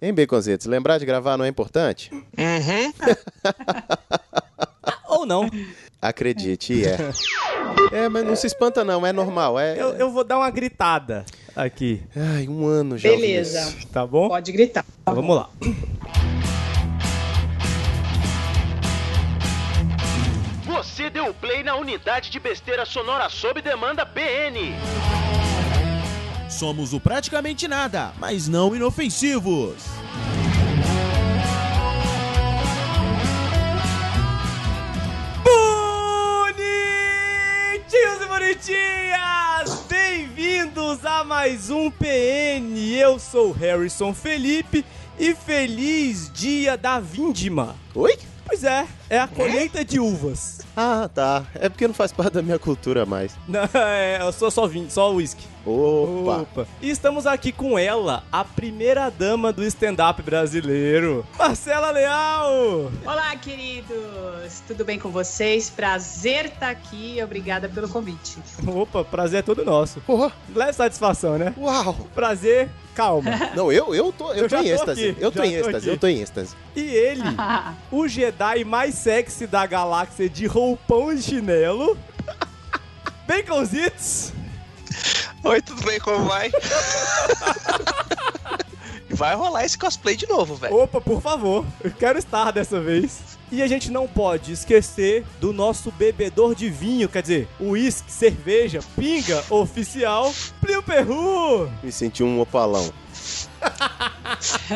Hein, Baconzitos? Lembrar de gravar não é importante? Uhum. Ou não. Acredite, é. É, mas não se espanta não, é normal. É... Eu, eu vou dar uma gritada aqui, Ai, um ano já. ouvi Beleza. isso. tá bom? Pode gritar. Então Vamos lá. Você deu play na unidade de besteira sonora sob demanda BN. Somos o praticamente nada, mas não inofensivos. Bonitinhos e bonitinhas! Bem-vindos a mais um PN. Eu sou o Harrison Felipe e feliz dia da Vindima. Oi? Pois é, é a colheita de uvas. Ah, tá. É porque não faz parte da minha cultura mais. Não, é, eu sou só vinho, só uísque. Opa. E estamos aqui com ela, a primeira dama do stand-up brasileiro, Marcela Leal. Olá, queridos! Tudo bem com vocês? Prazer estar aqui. Obrigada pelo convite. Opa, prazer é todo nosso. Porra, Leve satisfação, né? uau. Prazer, calma. Não, eu, eu tô, eu, tô Eu já em tô êxtase. aqui, eu tô já em tô êxtase, aqui. eu tô em êxtase. E ele, o Jedi mais sexy da galáxia de roupão e chinelo, Baconzitos. Oi, tudo bem? Como vai? vai rolar esse cosplay de novo, velho. Opa, por favor, eu quero estar dessa vez. E a gente não pode esquecer do nosso bebedor de vinho, quer dizer, uísque, cerveja, pinga, oficial, Plio Perru. Me senti um opalão.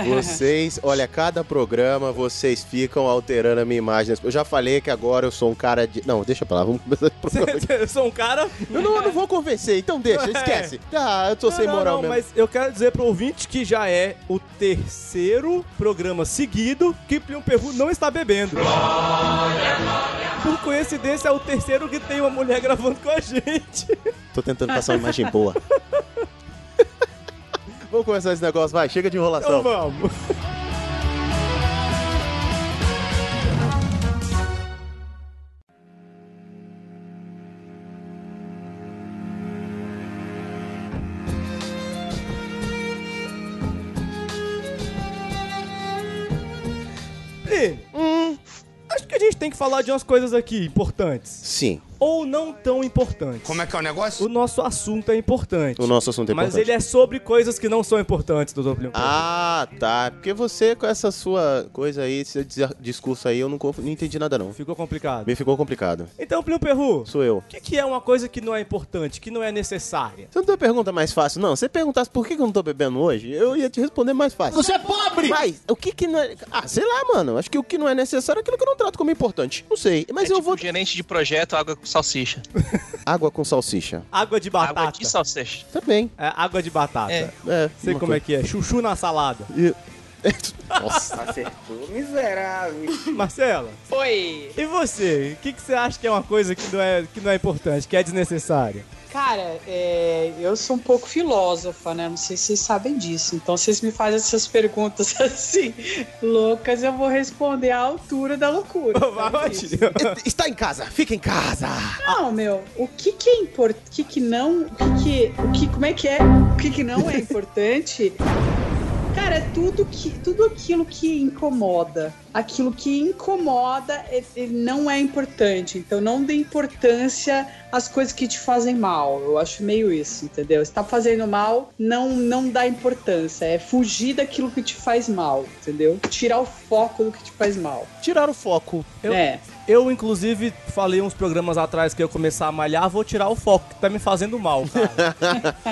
Vocês, olha, cada programa vocês ficam alterando a minha imagem. Eu já falei que agora eu sou um cara de. Não, deixa pra lá, vamos começar esse programa. aqui. Eu sou um cara... Eu não, eu não vou convencer, então deixa, esquece. Ah, eu tô sem Não, não, moral não, mesmo. mas eu quero dizer pro ouvinte que já é o terceiro programa seguido que Plio Perru não está bebendo. Por coincidência, é o terceiro que tem uma mulher gravando com a gente. Tô tentando passar uma imagem boa. vamos começar esse negócio, vai, chega de enrolação. Então vamos. Plínio, hum, acho que a gente tem que falar de umas coisas aqui importantes. Sim, Ou não tão importantes. Como é que é o negócio? O nosso assunto é importante. o nosso assunto é Mas importante. ele é sobre coisas que não são importantes, doutor Plínio. Ah, tá. Porque você, com essa sua coisa aí, esse dis- discurso aí, eu não, conf- não entendi nada, não. Ficou complicado. Me ficou complicado. Então, Plínio Perru, Sou eu. o que, que é uma coisa que não é importante, que não é necessária? Você não tem uma pergunta mais fácil, não? Se você perguntasse por que que eu não tô bebendo hoje, eu ia te responder mais fácil. Você é pobre! Mas o que que não é... Ah, sei lá, mano. Acho que o que não é necessário é aquilo que eu não trato como importante. Não sei, mas É eu tipo vou... gerente de projeto, água com salsicha. Água com salsicha. Água de batata. Água de salsicha. Também. É, água de batata. É. É. Sei como é que é. Chuchu na salada. que... Nossa. Acertou, miserável. Marcela, Oi! e você? O que, que você acha que é uma coisa que não é, que não é importante, que é desnecessária? Cara, é, eu sou um pouco filósofa, né? Não sei se vocês sabem disso. Então, vocês me fazem essas perguntas assim, loucas, eu vou responder à altura da loucura. Vai, Então, tio. Está em casa. Fica em casa. Não, Ah, meu, o que que é importante, o que que não, o que que, o que, como é que é, o que que não é importante? Cara, é tudo que, tudo aquilo que incomoda, aquilo que incomoda é- é- não é importante. Então não dê importância às coisas que te fazem mal. Eu acho meio isso, entendeu? Se tá fazendo mal, não não dá importância. É fugir daquilo que te faz mal, entendeu? Tirar o foco do que te faz mal. É Tirar o foco. Eu- É. Eu, inclusive, falei uns programas atrás que eu ia começar a malhar, vou tirar o foco, que tá me fazendo mal, cara.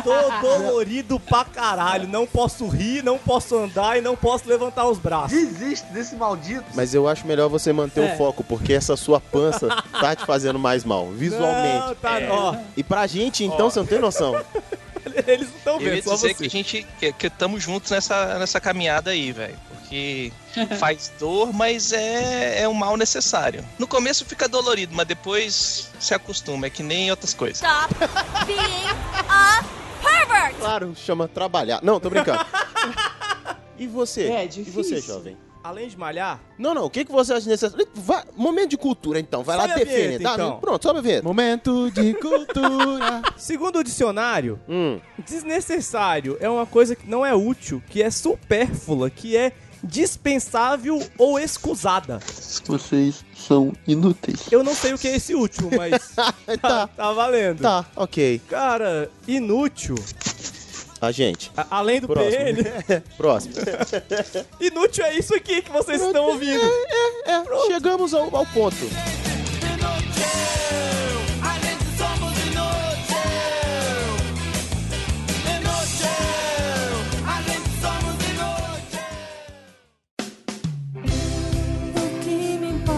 Tô dolorido pra caralho, não posso rir, não posso andar e não posso levantar os braços. Desiste desse maldito. Mas eu acho melhor você manter É. o foco, porque essa sua pança tá te fazendo mais mal, visualmente. Não, É. tá, ó, E pra gente, então, você não tem noção. eles não estão Eu ia vendo, só dizer você. que a gente que, que tamo juntos nessa, nessa caminhada aí, velho. Porque faz dor, mas é, é um mal necessário. No começo fica dolorido, mas depois se acostuma, é que nem outras coisas. Stop being a pervert! Claro, chama trabalhar. Não, tô brincando. E você? É, e difícil. você, jovem? além de malhar, Não, não, o que, que você acha necessário? Vai- momento de cultura, então. Vai Sobe lá, a defende. vinheta, dá- então. Pronto, sobe a vinheta. Momento de cultura. segundo o dicionário, Hum. desnecessário é uma coisa que não é útil, que é supérflua, que é dispensável ou excusada. Vocês são inúteis. Eu não sei o que é esse útil, mas tá, Tá. tá valendo. Tá, ok. Cara, inútil, A gente. a- além do Próximo. PN, Próximo. inútil é isso aqui que vocês estão ouvindo. É, é, chegamos ao, ao ponto. O que me importa?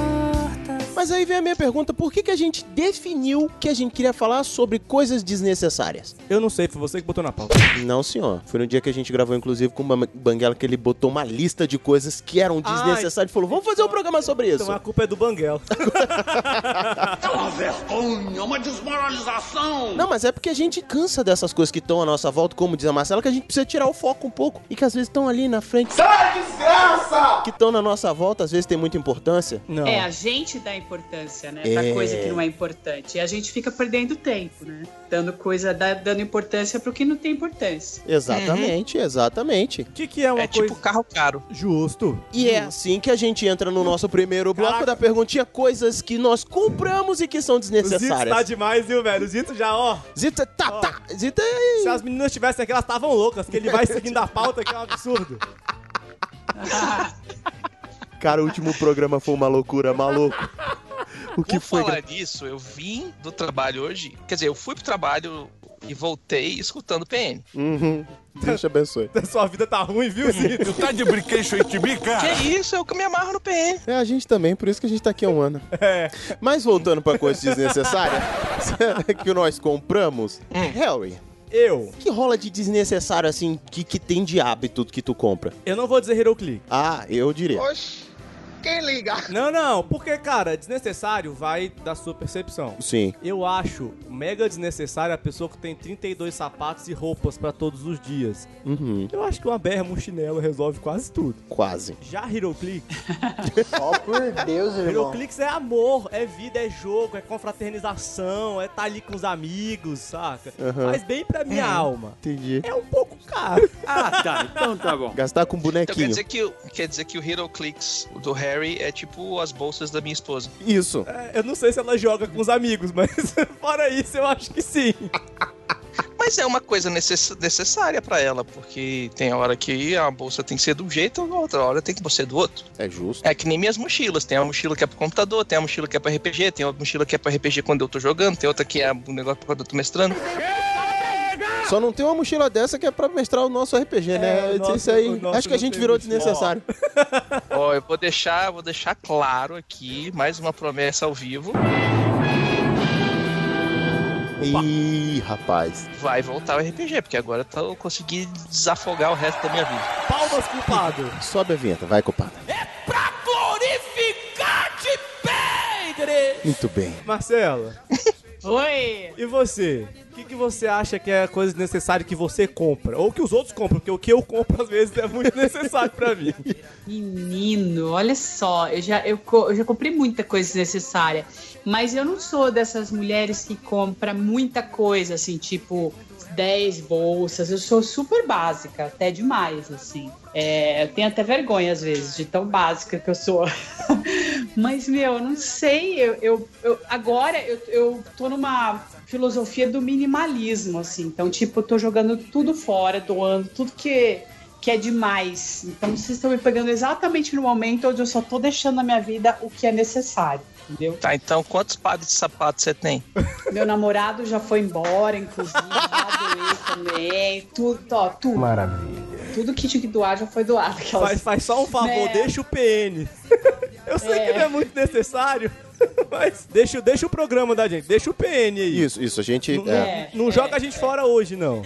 Mas aí vem a minha pergunta: por que, que a gente definiu que a gente queria falar sobre coisas desnecessárias? Eu não sei, foi você que botou na pauta. Então Não, senhor. Foi no dia que a gente gravou, inclusive, com o Bam- Banguela, que ele botou uma lista de coisas que eram Ah, desnecessárias e falou: vamos fazer um programa sobre isso. Então a culpa é do Banguel. Não, mas é porque a gente cansa dessas coisas que estão à nossa volta, como diz a Marcela, que a gente precisa tirar o foco um pouco e que às vezes estão ali na frente. Sai, desgraça! Que estão na nossa volta, às vezes tem muita importância. Não. É, a gente dá importância, né? Pra É. coisa que não é importante. E a gente fica perdendo tempo, né? Dando coisa, da- dando importância pro que não tem importância. Exatamente, exatamente. O que, que é uma É coisa tipo carro caro. justo? E é assim que a gente entra no nosso primeiro bloco Caraca. da perguntinha: coisas que nós compramos e que são O Zito tá desnecessárias. demais, viu, velho? O Zito já, ó. Zita, tá, tá. Zita, Se as meninas estivessem aqui, elas estavam loucas, que ele vai seguindo a pauta, que é um absurdo. Cara, o último programa foi uma loucura, maluco. O que Por foi? falar nisso, eu vim do trabalho hoje. Quer dizer, eu fui pro trabalho e voltei escutando PN. Uhum. Deus te abençoe. Sua vida tá ruim, viu, Zito? tá de brinquedo em tibi, cara? Que isso, eu que me amarro no PN. É a gente também, por isso que a gente tá aqui há um ano. É. Mas voltando pra coisa desnecessária, que nós compramos, Harry, Eu, o que rola de desnecessário assim, que, que tem de hábito que tu compra? eu não vou dizer Heroclix. Ah, eu diria. Oxi, quem liga? Não, não, porque, cara, desnecessário vai da sua percepção. Sim. Eu acho mega desnecessário a pessoa que tem 32 sapatos e roupas pra todos os dias. Uhum. Eu acho que uma berra, um chinelo resolve quase tudo. Quase. Já Heroclix, Ó, por Deus, irmão. Heroclix é amor, é vida, é jogo, é confraternização, é tá ali com os amigos, saca? Uhum. Faz bem pra É. minha alma. Entendi. É um pouco caro. Ah, tá. Então tá bom. Gastar com Então quer bonequinho. dizer, que, o- quer dizer que o Heroclix do Harry é tipo as bolsas da minha esposa. Isso. É, Eu não sei se ela joga com os amigos, mas fora isso eu acho que sim. Mas é uma coisa necess- necessária pra ela, porque tem hora que a bolsa tem que ser de um jeito, outra hora tem que ser do outro. É justo. É que nem minhas mochilas. Tem uma mochila que é pro computador, tem uma mochila que é pra RPG, tem uma mochila que é pra RPG quando eu tô jogando, tem outra que é um negócio quando eu tô mestrando. Só não tem uma mochila dessa que é pra mestrar o nosso RPG, É, né? o nosso- Isso aí. o nosso Acho que a não gente tem virou mochila. desnecessário. Ó, eu vou deixar, vou deixar claro aqui, mais uma promessa ao vivo. Ih, rapaz. Vai voltar o RPG, porque agora eu tô- eu consegui desafogar o resto da minha vida. Palmas culpado. Sobe a vinheta, vai, culpada. É Glorificate Pedre! Muito bem. Marcela, Oi! e você? O que, que você acha que é a coisa necessária que você compra? Ou que os outros compram, porque o que eu compro às vezes é muito necessário pra mim. Menino, olha só, eu já, eu, co- eu já comprei muita coisa desnecessária, mas eu não sou dessas mulheres que compra muita coisa, assim, tipo 10 bolsas. Eu sou super básica, até demais, assim. É, eu tenho até vergonha, às vezes, de tão básica que eu sou. mas, meu, eu não sei. Eu, eu, eu- agora eu, eu tô numa filosofia do minimalismo, assim. Então, tipo, eu tô jogando tudo fora, doando tudo que que é demais. Então vocês estão me pegando exatamente no momento onde eu só tô deixando na minha vida o que é necessário, entendeu? Tá, então quantos pares de sapato você tem? Meu namorado já foi embora, inclusive, já doei também, tudo, ó, tudo. Maravilha. Tudo que tinha que doar já foi doado. aquelas- Faz, faz só um favor, É. deixa o PN. Eu sei É. que não é muito necessário, mas deixa, deixa o programa da gente, deixa o PN aí. Isso, isso, a gente. Não, é. É. não joga a gente fora hoje, não.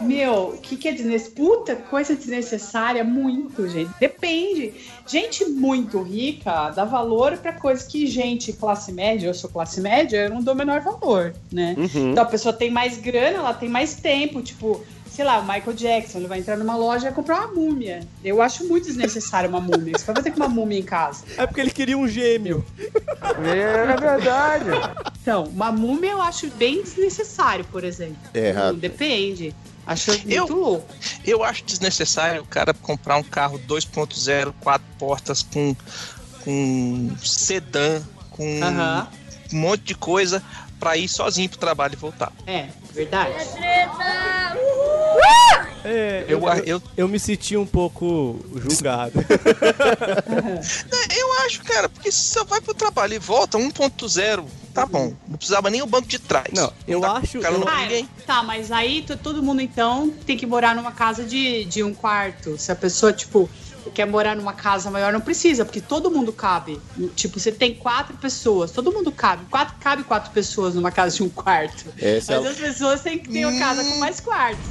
Meu, o que, que é desnecessário? Puta, coisa desnecessária, muito, gente. Depende. Gente muito rica dá valor pra coisa que gente classe média, eu sou classe média, eu não dou o menor valor, né? Uhum. Então a pessoa tem mais grana, ela tem mais tempo, tipo, sei lá, o Michael Jackson, ele vai entrar numa loja e vai comprar uma múmia. Eu acho muito desnecessário uma múmia. Você vai ter com uma múmia em casa. É porque ele queria um gêmeo. É verdade. Então, uma múmia eu acho bem desnecessário, por exemplo. É errado. Não, depende. Acho muito Eu- louco. Eu acho desnecessário o cara comprar um carro 2.0, quatro portas com, com sedã, com Aham. um monte de coisa pra ir sozinho pro trabalho e voltar. É, verdade. É, Eu, a- eu, eu me senti um pouco julgado. né, eu acho, cara, porque se você vai pro trabalho e volta 1.0, tá bom. Não precisava nem o banco de trás. Não, eu acho- Cara, eu- não tem Ah, ninguém. tá, mas aí to- todo mundo então tem que morar numa casa de, de um quarto. Se a pessoa, tipo, quer morar numa casa maior, não precisa, porque todo mundo cabe. Tipo, você tem quatro pessoas, todo mundo cabe. Quatro, cabe quatro pessoas numa casa de um quarto. Essa Mas as pessoas têm que ter uma casa com mais quartos.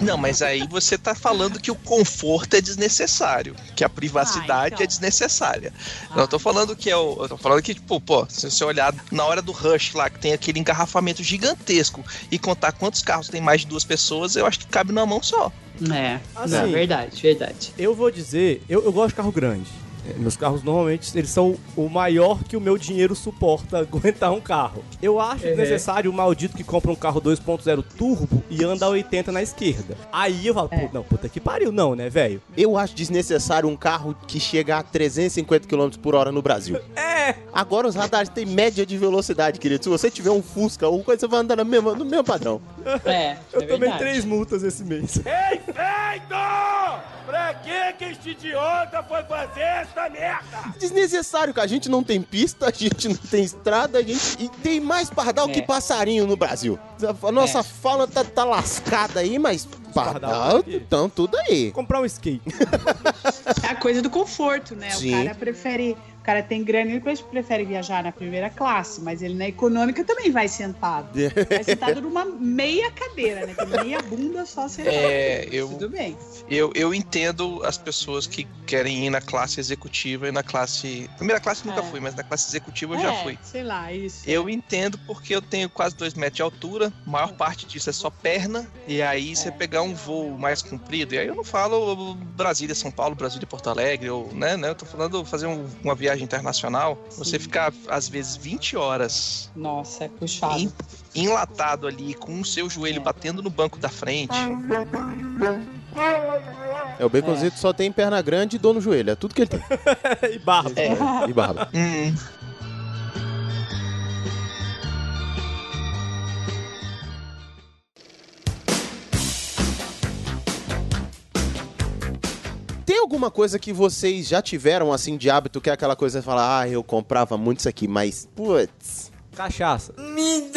Não, mas aí você tá falando que o conforto é desnecessário, que a privacidade Ah, então. é desnecessária. Eu não tô falando que é o. Eu tô falando que, tipo, pô, se você olhar na hora do rush lá, que tem aquele engarrafamento gigantesco e contar quantos carros tem mais de duas pessoas, eu acho que cabe numa mão só. É, Assim. não, verdade, verdade. Eu vou dizer, eu, eu gosto de carro grande. É, Meus carros normalmente eles são o maior que o meu dinheiro suporta aguentar um carro. Eu acho Uhum. necessário o maldito que compra um carro 2.0 turbo e anda a 80 na esquerda. Aí eu falo, É. pô, não, puta que pariu, não, né, velho? Eu acho desnecessário um carro que chega a 350 km por hora no Brasil. É! Agora os radares têm média de velocidade, querido. Se você tiver um Fusca ou coisa, você vai andar no mesmo, no mesmo padrão. É, Eu é tomei verdade. três multas esse mês. Pra que que este idiota foi fazer essa merda? Desnecessário, cara. A gente não tem pista, a gente não tem estrada, a gente. E tem mais pardal É. que passarinho no Brasil. A nossa É. fauna tá, tá lascada aí, mas pardal pardal tá aqui. estão tudo aí. Comprar um skate. É a coisa do conforto, né? Sim. O cara prefere. O cara tem grana, ele pre- prefere viajar na primeira classe, mas ele na econômica também vai sentado. Vai sentado numa meia cadeira, né? Com meia bunda só sentado. É, eu- Tudo bem. Eu, eu entendo as pessoas que querem ir na classe executiva e na classe. Primeira classe eu nunca É. fui, mas na classe executiva eu já É, fui. Sei lá, isso. Eu entendo porque eu tenho quase dois metros de altura, a maior parte disso é só perna, e aí você pegar um voo mais comprido, e aí eu não falo ô, Brasília, São Paulo, Brasília, Porto Alegre, ou, né, né, eu tô falando fazer um- uma viagem internacional, você Sim. ficar às vezes 20 horas Nossa, é puxado. en- enlatado ali, com o seu joelho É. Ah. batendo no banco da frente, É, o baconzito só tem perna grande e dor no joelho. É tudo que ele tem. e barba. É. E barba. hum, Tem alguma coisa que vocês já tiveram, assim, de hábito, que é aquela coisa de falar, ah, eu comprava muito isso aqui, mas, putz, Cachaça. Hum.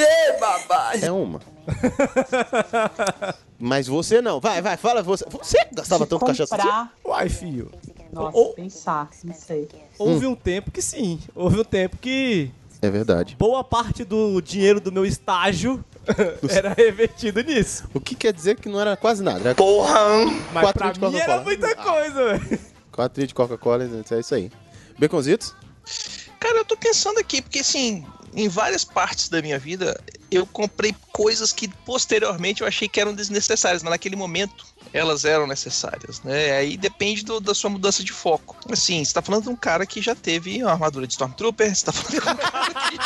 é uma. mas você não. Vai, vai, fala você. Você que gastava De tanto cachaça assim? comprar, Uai, fio. Hum. Nossa, Ou- pensar, não sei. Houve um tempo que sim. Houve um tempo que É verdade. boa parte do dinheiro do meu estágio era revertido nisso. O que quer dizer que não era quase nada. né? Era Mas Quatro litros de pra mim era Coca-Cola. Ah. muita coisa, velho. quatro litros de Coca-Cola, é isso aí. Baconzitos? Cara, eu tô pensando aqui, porque assim, em várias partes da minha vida, eu comprei coisas que posteriormente eu achei que eram desnecessárias, mas naquele momento elas eram necessárias, né? Aí depende do- da sua mudança de foco. Assim, você tá falando de um cara que já teve uma armadura de Stormtrooper, você tá falando de um cara que...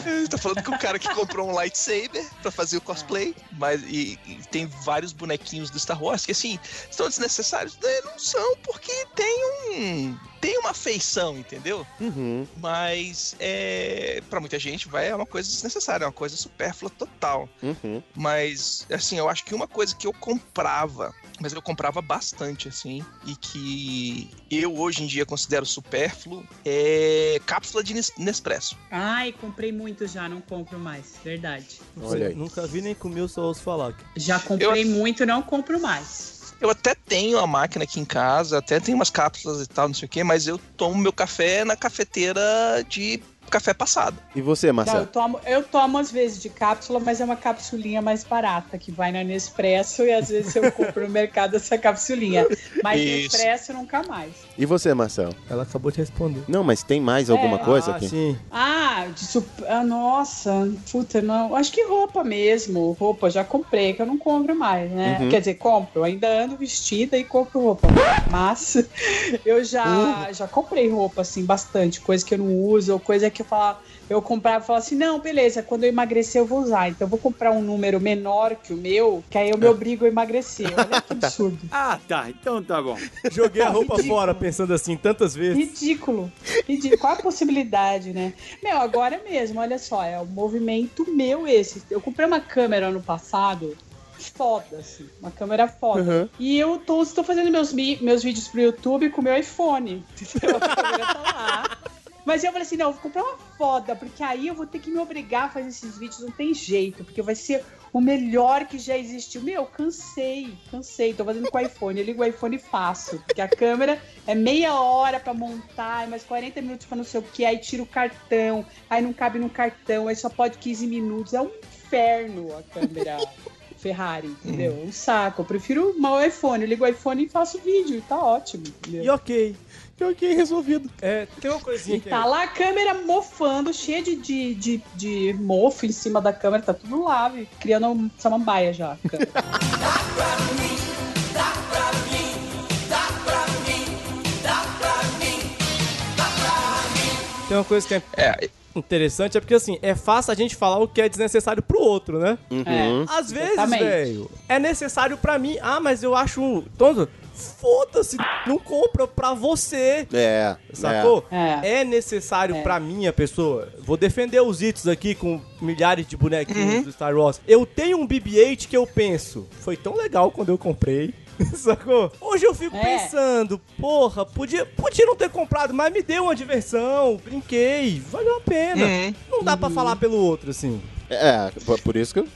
Você tá falando que um cara que comprou um lightsaber pra fazer o cosplay, mas e, e tem vários bonequinhos do Star Wars que assim, são desnecessários, né? não são, porque tem um tem uma feição, entendeu? Uhum. Mas é, para muita gente vai é uma coisa desnecessária, é uma coisa supérflua total. Uhum. Mas assim, eu acho que uma coisa que eu comprava, mas eu comprava bastante assim, e que eu hoje em dia considero supérfluo é cápsula de Nes- Nespresso. Ai, comprei muito já, não compro mais. Verdade. Olha aí. Nunca vi nem comi, eu só ouço falar. Já comprei muito, não compro mais. Eu até tenho uma máquina aqui em casa, até tenho umas cápsulas e tal, não sei o quê, mas eu tomo meu café na cafeteira de café passado. E você, Não, eu, Marcelo? tomo, eu tomo às vezes de cápsula, mas é uma capsulinha mais barata que vai na Nespresso e às vezes eu compro no mercado essa capsulinha. Mas Isso. Nespresso nunca mais. E você, Marcelo? Ela acabou de responder. Não, mas tem mais alguma É. coisa Ah, aqui? Sim. Ah, de sup- ah, nossa, puta, não. Acho que roupa mesmo. Roupa já comprei, que eu não compro mais, né? Uhum. Quer dizer, compro, ainda ando vestida e compro roupa. Mas eu já, já comprei roupa, assim, bastante. Coisa que eu não uso, ou coisa que eu falava. Eu comprava e falava assim: não, beleza, quando eu emagrecer eu vou usar. Então eu vou comprar um número menor que o meu, que aí eu me obrigo a emagrecer. Olha que absurdo. Ah, tá. Então tá bom. Joguei a roupa fora pensando assim tantas vezes. Ridículo. Ridículo. Qual a possibilidade, né? Meu, agora mesmo, olha só, é um movimento meu esse. Eu comprei uma câmera ano passado. Foda, assim. Uma câmera foda. Uhum. E eu tô, estou fazendo meus, mi- meus vídeos pro YouTube com meu iPhone. Entendeu? A câmera tá lá. Mas eu falei assim, não, eu vou comprar uma foda, porque aí eu vou ter que me obrigar a fazer esses vídeos, não tem jeito, porque vai ser o melhor que já existiu. Meu, cansei, cansei, tô fazendo com o iPhone, eu ligo o iPhone e faço, porque a câmera é meia hora pra montar, é mais 40 minutos pra não sei o que, aí tira o cartão, aí não cabe no cartão, aí só pode 15 minutos, é um inferno a câmera Ferrari, entendeu? Um saco, eu prefiro o iPhone, eu ligo o iPhone e faço vídeo, e tá ótimo. entendeu? E ok. E ok, resolvido. É, tem uma coisinha E aqui. tá lá a câmera mofando, cheia de, de, de, de mofo em cima da câmera, tá tudo lá, viu? criando um samambaia já. a câmera. Tem uma coisa que é É, interessante, é porque assim, é fácil a gente falar o que é desnecessário pro outro, né? Uhum. Às vezes, Exatamente. velho, é necessário pra mim. Ah, mas eu acho um tonto. Foda-se, não compra pra você. É. Sacou? É. É, necessário É. pra mim a pessoa. Vou defender os itens aqui com milhares de bonequinhos Uhum. do Star Wars. Eu tenho um BB-8 que eu penso. Foi tão legal quando eu comprei. Sacou? Hoje eu fico É. pensando, porra, podia, podia não ter comprado, mas me deu uma diversão, brinquei, valeu a pena. Uhum. Não dá pra falar pelo outro, assim. É, por- por isso que eu...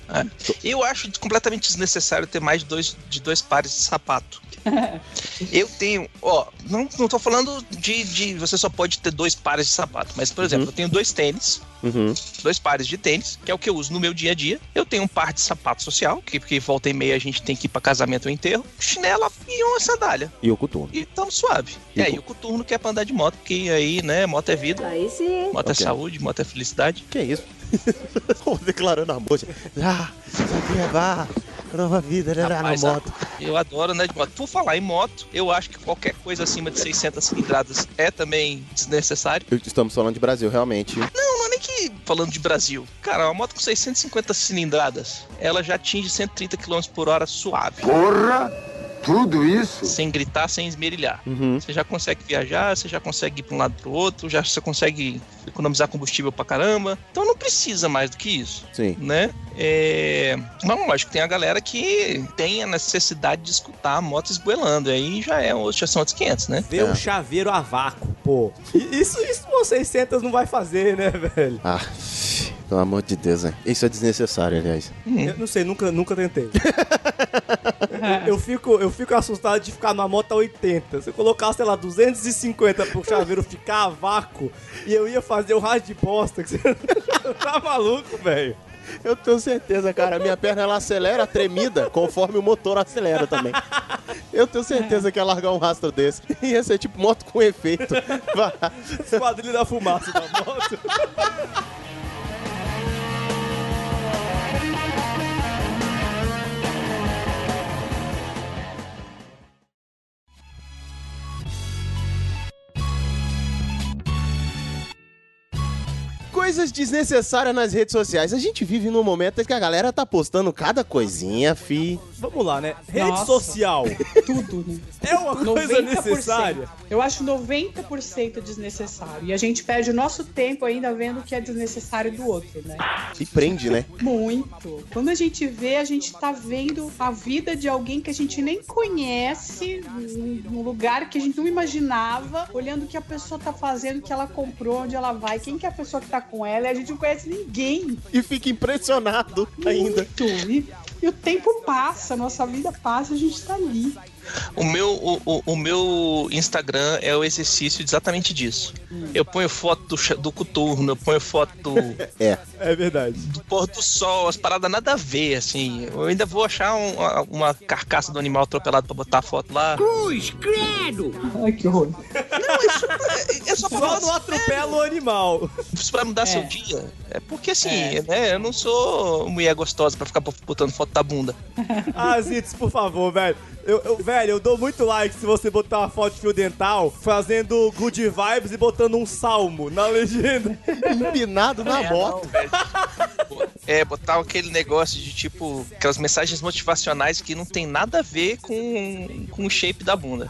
Eu acho completamente desnecessário ter mais de dois, de dois pares de sapato. Eu tenho, ó, não, não tô falando de, de você só pode ter dois pares de sapato, mas por exemplo, eu tenho dois tênis, Uhum. dois pares de tênis, que é o que eu uso no meu dia a dia. Eu tenho um par de sapato social, que porque volta e meia a gente tem que ir pra casamento ou enterro, chinela e uma sandália. E o coturno. E tamo suave. E aí o coturno que é pra andar de moto, porque aí, né, moto é vida. Aí sim. Moto Ok. é saúde, moto é felicidade. Que isso? Declarando amor. gente. Ah, isso aqui é vá. Nova vida, né? Na Rapaz, moto. Eu adoro andar de moto. Por falar em moto, eu acho que qualquer coisa acima de 600 cilindradas é também desnecessário. Eu- Estamos falando de Brasil, realmente. Não, não é nem que falando de Brasil. Cara, uma moto com 650 cilindradas, ela já atinge 130 km por hora suave. Porra! Tudo isso? Sem gritar, sem esmerilhar. Tipo, Uhum. Você já consegue viajar, você já consegue ir pra um lado pro outro, já você consegue economizar combustível pra caramba. Então não precisa mais do que isso. Sim. né? É... Não, lógico, tem a galera que tem a necessidade de escutar a moto esgoelando. Aí já, é, outro- já são outros 500, né? É. Ver um chaveiro a vácuo, pô. E Isso, isso umas 600 não vai fazer, né, velho? Ah, pelo amor de Deus, né? Isso é desnecessário, aliás. Eu não sei, nunca, nunca tentei. eu, fico, eu fico assustado de ficar numa moto a 80. Se eu colocasse, sei lá, 250 pro chaveiro ficar a vácuo e eu ia fazer o rádio de bosta, que você tá maluco, velho? Eu tenho certeza, cara. A minha perna ela acelera tremida conforme o motor acelera também. Eu tenho certeza que ia largar um rastro desse. Ia ser tipo moto com efeito. Vá. Esquadrilha da fumaça da moto. Coisas desnecessárias nas redes sociais. A gente vive num momento em que a galera tá postando cada coisinha, fi. Vamos lá, né? Rede Nossa. social Tudo, né? é uma coisa necessária? Eu acho 90% desnecessário. E a gente perde o nosso tempo ainda vendo o que é desnecessário do outro, né? E prende, né? Muito. Quando a gente vê, a gente tá vendo a vida de alguém que a gente nem conhece, num num lugar que a gente não imaginava, olhando o que a pessoa tá fazendo, o que ela comprou, onde ela vai, quem que é a pessoa que tá com ela, e a gente não conhece ninguém. E fica impressionado ainda. Muito. E E o tempo passa, nossa vida passa, a gente tá ali. O meu, o, o, o meu Instagram é o exercício exatamente disso. Eu ponho foto do, cha- do coturno, eu ponho foto do, É. É verdade. do pôr do sol, as paradas nada a ver, assim. Eu ainda vou achar um- uma, uma carcaça do animal atropelado pra botar a foto lá. Cruz, credo! Ai, que horror. É só pra Só não atropela o animal. Isso vai mudar É. seu dia? É porque assim, né? Eu não sou mulher gostosa pra ficar botando foto da bunda. Ah, Zitz, por favor, velho. Eu, eu- velho, eu dou muito like se você botar uma foto de fio dental fazendo good vibes e botando um salmo na legenda. Empinado na moto. É, botar aquele negócio de tipo, aquelas mensagens motivacionais que não tem nada a ver com, com o shape da bunda.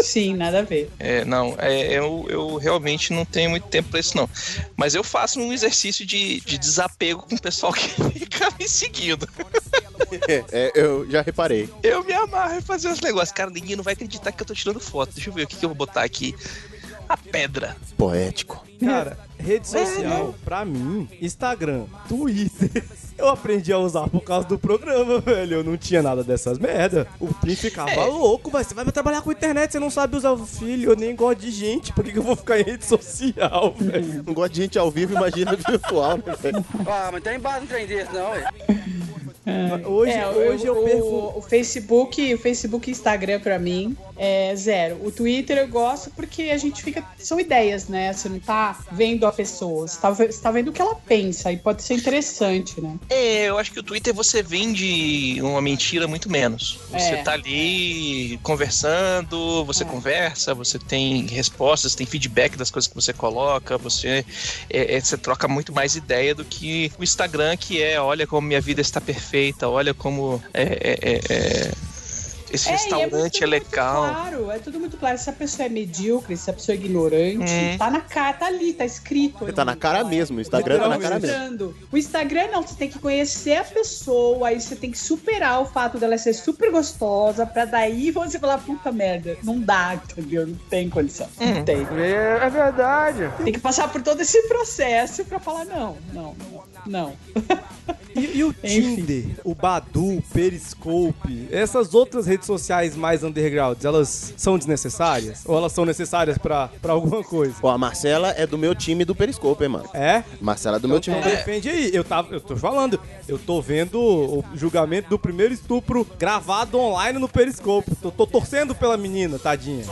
Sim, nada a ver. É, não, é, eu, eu realmente não tenho muito tempo pra isso, não. Mas eu faço um exercício de, de desapego com o pessoal que fica me seguindo. É, eu já reparei. Eu me amarro em fazer os negócios. Cara, ninguém não vai acreditar que eu tô tirando foto. Deixa eu ver o que, que eu vou botar aqui. A pedra. Poético. Cara, rede é, né? social, pra mim, Instagram, Twitter. Eu aprendi a usar por causa do programa, velho. Eu não tinha nada dessas merda. O Pim ficava É. louco, mas você vai trabalhar com internet, você não sabe usar o filho, eu nem gosto de gente. Por que, que eu vou ficar em rede social, velho? Não gosto de gente ao vivo, imagina virtual, né, velho? Ah, mas tem base no trem desse, não, ué. Hoje, É, hoje eu, o, perco. o, o Facebook, o Facebook e Instagram pra mim é zero. O Twitter eu gosto porque a gente fica são ideias, né? Você não tá vendo a pessoa, você tá, ve- você tá vendo o que ela pensa e pode ser interessante, né? É, eu acho que o Twitter você vende uma mentira muito menos. Você É. tá ali conversando, você conversa, você tem respostas, tem feedback das coisas que você coloca, você, é, é, você troca muito mais ideia do que o Instagram, que é olha como minha vida está perfeita, olha como é, é, é, é, esse É, e é restaurante muito- é, muito legal. Claro, é tudo muito claro. Se a pessoa é medíocre, se a pessoa é ignorante, Hum. tá na cara, tá ali, tá escrito. Tá na cara mesmo, o Instagram tá na cara mesmo. Mostrando. Então, O Instagram não, você tem que conhecer a pessoa, aí você tem que superar o fato dela ser super gostosa, pra daí você falar, puta merda, não dá, entendeu? Não tem condição. Não tem. É verdade. Tem que passar por todo esse processo pra falar, não, não, não, não. E, e o Enfim. Tinder, o Badu, o Periscope, essas outras redes sociais mais undergrounds, elas são desnecessárias? Ou elas são necessárias pra, pra alguma coisa? Ó, a Marcela é do meu time do Periscope, hein, mano. É? Marcela é do meu time Então, do Depende aí, eu, tava, eu tô falando, eu tô vendo o julgamento do primeiro estupro gravado online no Periscope. Tô, tô torcendo pela menina, tadinha.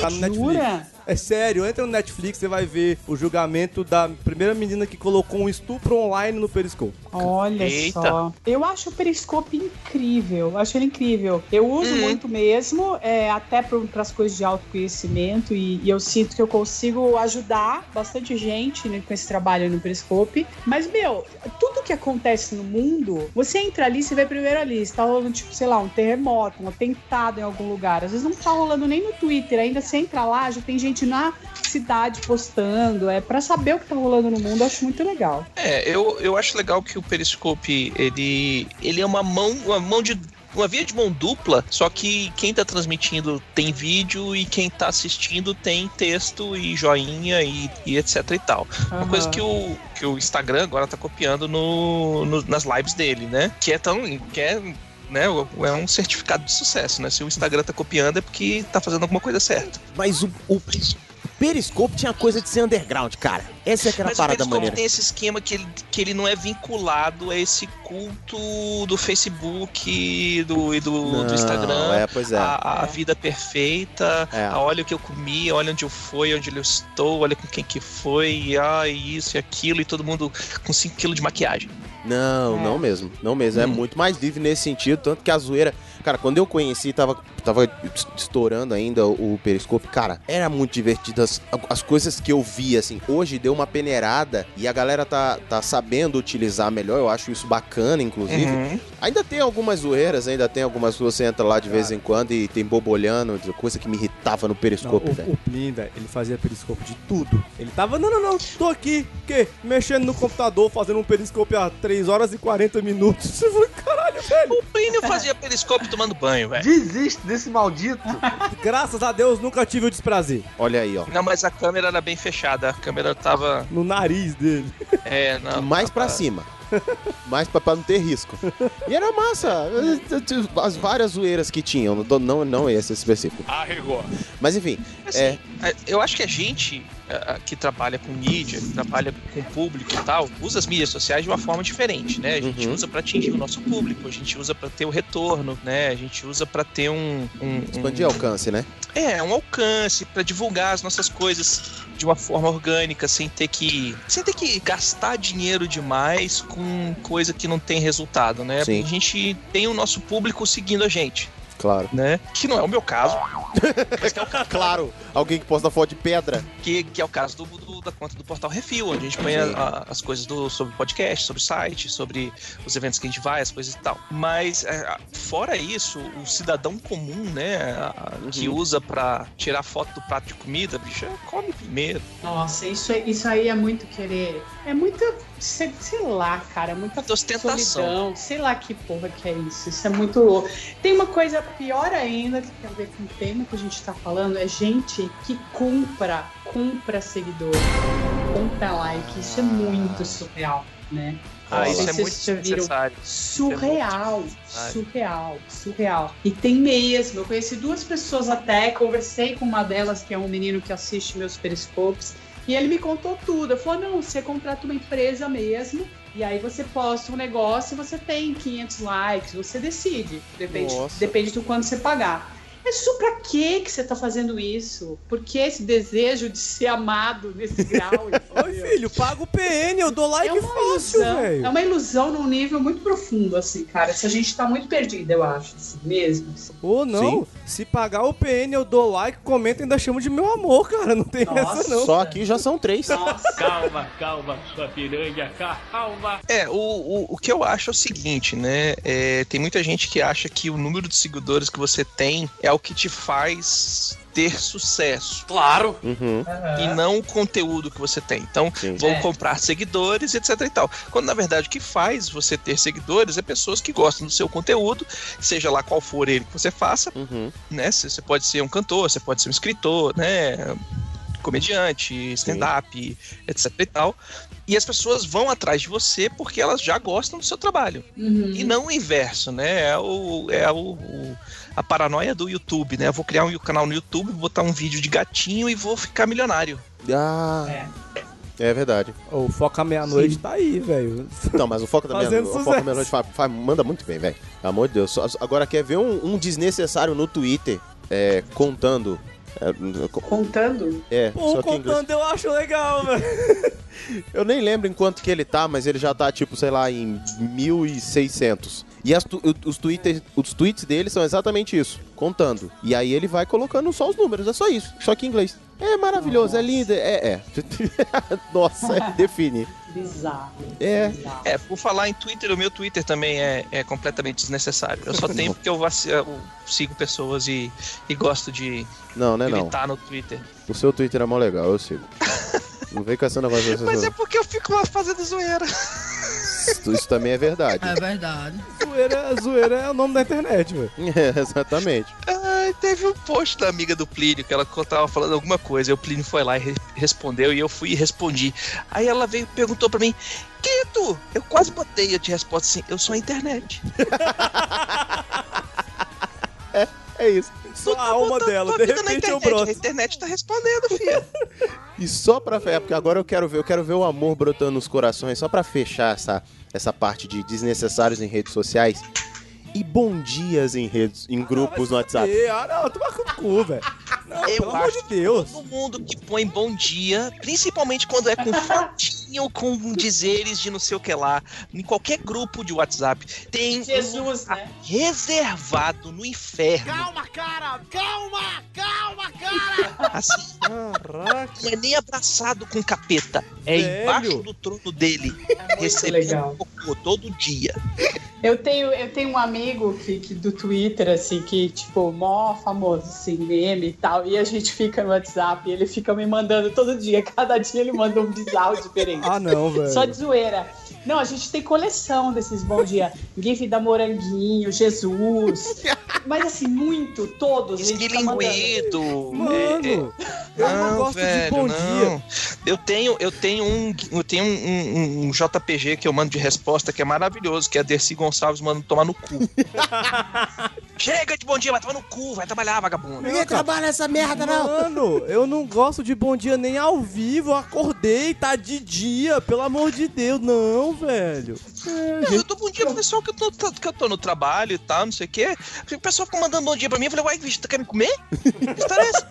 Tá no Netflix. Jura? É sério, entra no Netflix, você vai ver o julgamento da primeira menina que colocou um estupro online no Periscope. Olha Eita. só. Eu acho o Periscope incrível. Eu acho ele incrível. Eu uso Hum. muito mesmo, é, até para as coisas de autoconhecimento, e, e eu sinto que eu consigo ajudar bastante gente né, com esse trabalho no Periscope. Mas, meu, tudo que acontece no mundo, você entra ali, você vê primeiro ali. Se tá rolando, tipo, sei lá, um terremoto, um atentado em algum lugar. Às vezes não tá rolando nem no Twitter. Ainda você entra lá, já tem gente na cidade postando. É para saber o que tá rolando no mundo, eu acho muito legal. É, eu, eu acho legal que o Periscope, ele, ele é uma mão, uma mão de. Uma via de mão dupla, só que quem tá transmitindo tem vídeo e quem tá assistindo tem texto e joinha e, e etc e tal. Uma coisa que o, que o Instagram agora tá copiando no, no- nas lives dele, né? Que é tão. Que é, né, é um certificado de sucesso, né? Se o Instagram tá copiando é porque tá fazendo alguma coisa certa. Mas o, o Periscope tinha coisa de ser underground, cara. Essa é que era a Mas o parada Periscope maneira. tem esse esquema que ele, que ele não é vinculado a esse culto do Facebook e do, e do, do Instagram. É, pois é. A, a vida perfeita, É. a olha o que eu comi, olha onde eu fui, onde eu estou, olha com quem que foi, e, ah, e isso e aquilo, e todo mundo com 5kg de maquiagem. Não, É. não mesmo. Não mesmo. É Hum. muito mais livre nesse sentido, tanto que a zoeira. Cara, quando eu conheci, tava, tava estourando ainda o Periscope, cara, era muito divertido as, as coisas que eu via, assim. Hoje deu uma peneirada e a galera tá, tá sabendo utilizar melhor, eu acho isso bacana, inclusive. Ainda tem algumas zoeiras, ainda tem algumas que você entra lá de vez em quando e tem bobolhando, coisa que me irritava no Não, Periscope, velho. o, o Plinda, ele fazia periscope de tudo. Ele tava, não, não, não, tô aqui, que mexendo no computador, fazendo um periscope há 3 horas e 40 minutos. Você falou, caralho, velho. O Plínio fazia periscope tomando banho, velho. Desiste desse maldito. Graças a Deus nunca tive o desprazer Olha aí, ó. Não, mas a câmera era bem fechada, a câmera tava. no nariz dele. É, na, Mais pra tava- cima. Mas pra, pra não ter risco. E era massa. As várias zoeiras que tinham. Não, tô- não, não esse específico. Arregou. Mas enfim. Assim, É. a- Eu acho que a gente a- a- que trabalha com mídia, que trabalha com público e tal, usa as mídias sociais de uma forma diferente, né? A gente Uhum. usa pra atingir o nosso público, a gente usa pra ter o retorno, né? A gente usa pra ter um, um, Expandir alcance, né? é, um alcance pra divulgar as nossas coisas de uma forma orgânica, sem ter que sem ter que gastar dinheiro demais com coisa que não tem resultado, né? Sim. A gente tem o nosso público seguindo a gente, Claro. né? Que não é o meu caso, mas que é o caso Ah, Claro. Alguém que posta foto de pedra. que, que é o caso do, do- da conta do Portal Refil, onde a gente põe a- a- as coisas do, sobre o podcast, sobre o site, sobre os eventos que a gente vai, as coisas e tal. Mas, é, a- fora isso, o cidadão comum, né, a- a- Uhum. que usa pra tirar foto do prato de comida, bicho, é, come primeiro. Nossa, isso, é- isso aí é muito querer. É muita. Sei, sei lá, cara, muita É Ostentação. solidão. Sei lá que porra que é isso. Isso é muito louco. Tem uma coisa pior ainda que tem a ver com o tema que a gente tá falando: é gente que compra, compra seguidor, compra like. Isso é muito surreal, né? Ah, isso é Vocês muito já viram desnecessário. Surreal, desnecessário. surreal, surreal. E tem mesmo. Eu conheci duas pessoas até, conversei com uma delas, que é um menino que assiste meus periscopes, e ele me contou tudo. Eu falei: não, você contrata uma empresa mesmo, e aí você posta um negócio e você tem 500 likes, você decide. Depende, Nossa. depende do quanto você pagar. Mas isso pra quê que você tá fazendo isso? Por que esse desejo de ser amado nesse grau? Oi, entendeu? filho, paga o PN, eu dou like fácil, É ilusão, velho. É uma ilusão num nível muito profundo, assim, cara. Se a gente tá muito perdida, eu acho, assim, mesmo. assim. Ou não, se pagar o PN, eu dou like, comenta e ainda chamo de meu amor, cara. Não tem Nossa. essa, é não. Só aqui já são três. Nossa, Calma, calma, sua piranha, calma. É, o, o, o que eu acho é o seguinte, né? é, tem muita gente que acha que o número de seguidores que você tem é o que te faz ter sucesso Claro. Uhum. e não o conteúdo que você tem. Então, Sim. vão É. comprar seguidores, etc e tal. Quando na verdade o que faz você ter seguidores é pessoas que gostam do seu conteúdo, seja lá qual for ele que você faça, Uhum. né? Você você pode ser um cantor, você pode ser um escritor, né? Comediante, stand-up, etc e tal. E as pessoas vão atrás de você porque elas já gostam do seu trabalho. uhum. E não o inverso, né? É, o, é o, o- a paranoia do YouTube, né? Eu vou criar um canal no YouTube, botar um vídeo de gatinho e vou ficar milionário. Ah. É verdade. O Foca Meia-Noite tá aí, velho. Não, mas o foco da minha, Fazendo o foco sucesso. da minha noite fa- fa- manda muito bem, velho. Pelo Amor de Deus. Só- só- Agora quer ver um, um desnecessário no Twitter é, contando. É, co- Contando? É, Pô, só que em inglês. contando eu acho legal, velho. Eu nem lembro em quanto que ele tá, mas ele já tá, tipo, sei lá, em 1600. E as tu- os, Twitter, os tweets dele são exatamente isso, contando. E aí ele vai colocando só os números, é só isso, só que em inglês. É maravilhoso, é lindo, é, é. Nossa, é, define. Bizarro. É, bizarro. É, por falar em Twitter, o meu Twitter também é, é completamente desnecessário. Eu só tenho porque eu, vaci- eu sigo pessoas e, e gosto de não, né, não. gritar no Twitter. O seu Twitter é mó legal, eu sigo. Não vem com essa negócio dessa- Mas é porque eu fico lá fazendo zoeira. Isso, isso também é verdade. zoeira, zoeira é o nome da internet, velho. É, exatamente. Ai, teve um post da amiga do Plínio que ela co- tava falando alguma coisa. E o Plínio foi lá e re- respondeu e eu fui e respondi. Aí ela veio e perguntou pra mim: Quem é tu? Eu quase botei de resposta assim: Eu sou a internet. É isso. Só Tu a tá alma botando dela, tua de vida na repente eu internet. broto. A internet tá respondendo, filho. E só pra fechar, porque agora eu quero ver, eu quero ver o amor brotando nos corações, só pra fechar essa, essa parte de desnecessários em redes sociais. E bom dias em redes, em grupos no WhatsApp. E, ah, não, toma com o cu, velho. Não, Eu pelo amor acho de Deus. Todo mundo que põe bom dia, principalmente quando é com fotinho, com dizeres de não sei o que lá, em qualquer grupo de WhatsApp, tem um Jesus, né? reservado no inferno. Calma, cara! Calma! Calma, cara! Assim, Caraca. não é nem abraçado com capeta, é Velho. embaixo do trono dele, É legal. recebendo cocô todo dia. Eu tenho, eu tenho um amigo que, que do Twitter, assim, que, tipo, mó famoso, assim, meme e tal. E a gente fica no WhatsApp e ele fica me mandando todo dia. Cada dia ele manda um bizarro diferente. Ah, não, velho. Só de zoeira. Não, a gente tem coleção desses bom dia. GIF da Moranguinho, Jesus. Mas assim, muito, todos. a gente tá mandando. é, Esquilinguido. Mano, eu não gosto de bom dia. Eu tenho, eu tenho um, eu tenho um, um- um JPG que eu mando de resposta que é maravilhoso, que é a Dercy Gonçalves manda tomar no cu. Chega de bom dia, vai tomar no cu, vai trabalhar, vagabundo. Ninguém trabalha nessa merda, não. Mano, eu não gosto de bom dia nem ao vivo. Eu acordei, tá de dia, pelo amor de Deus. Não, velho. É, Não, eu dou bom dia pro pessoal que eu, tô, que eu tô no trabalho e tal, não sei o quê. O pessoal fica mandando bom dia pra mim, eu falei, uai, bicho, tu quer me comer? Que história é essa?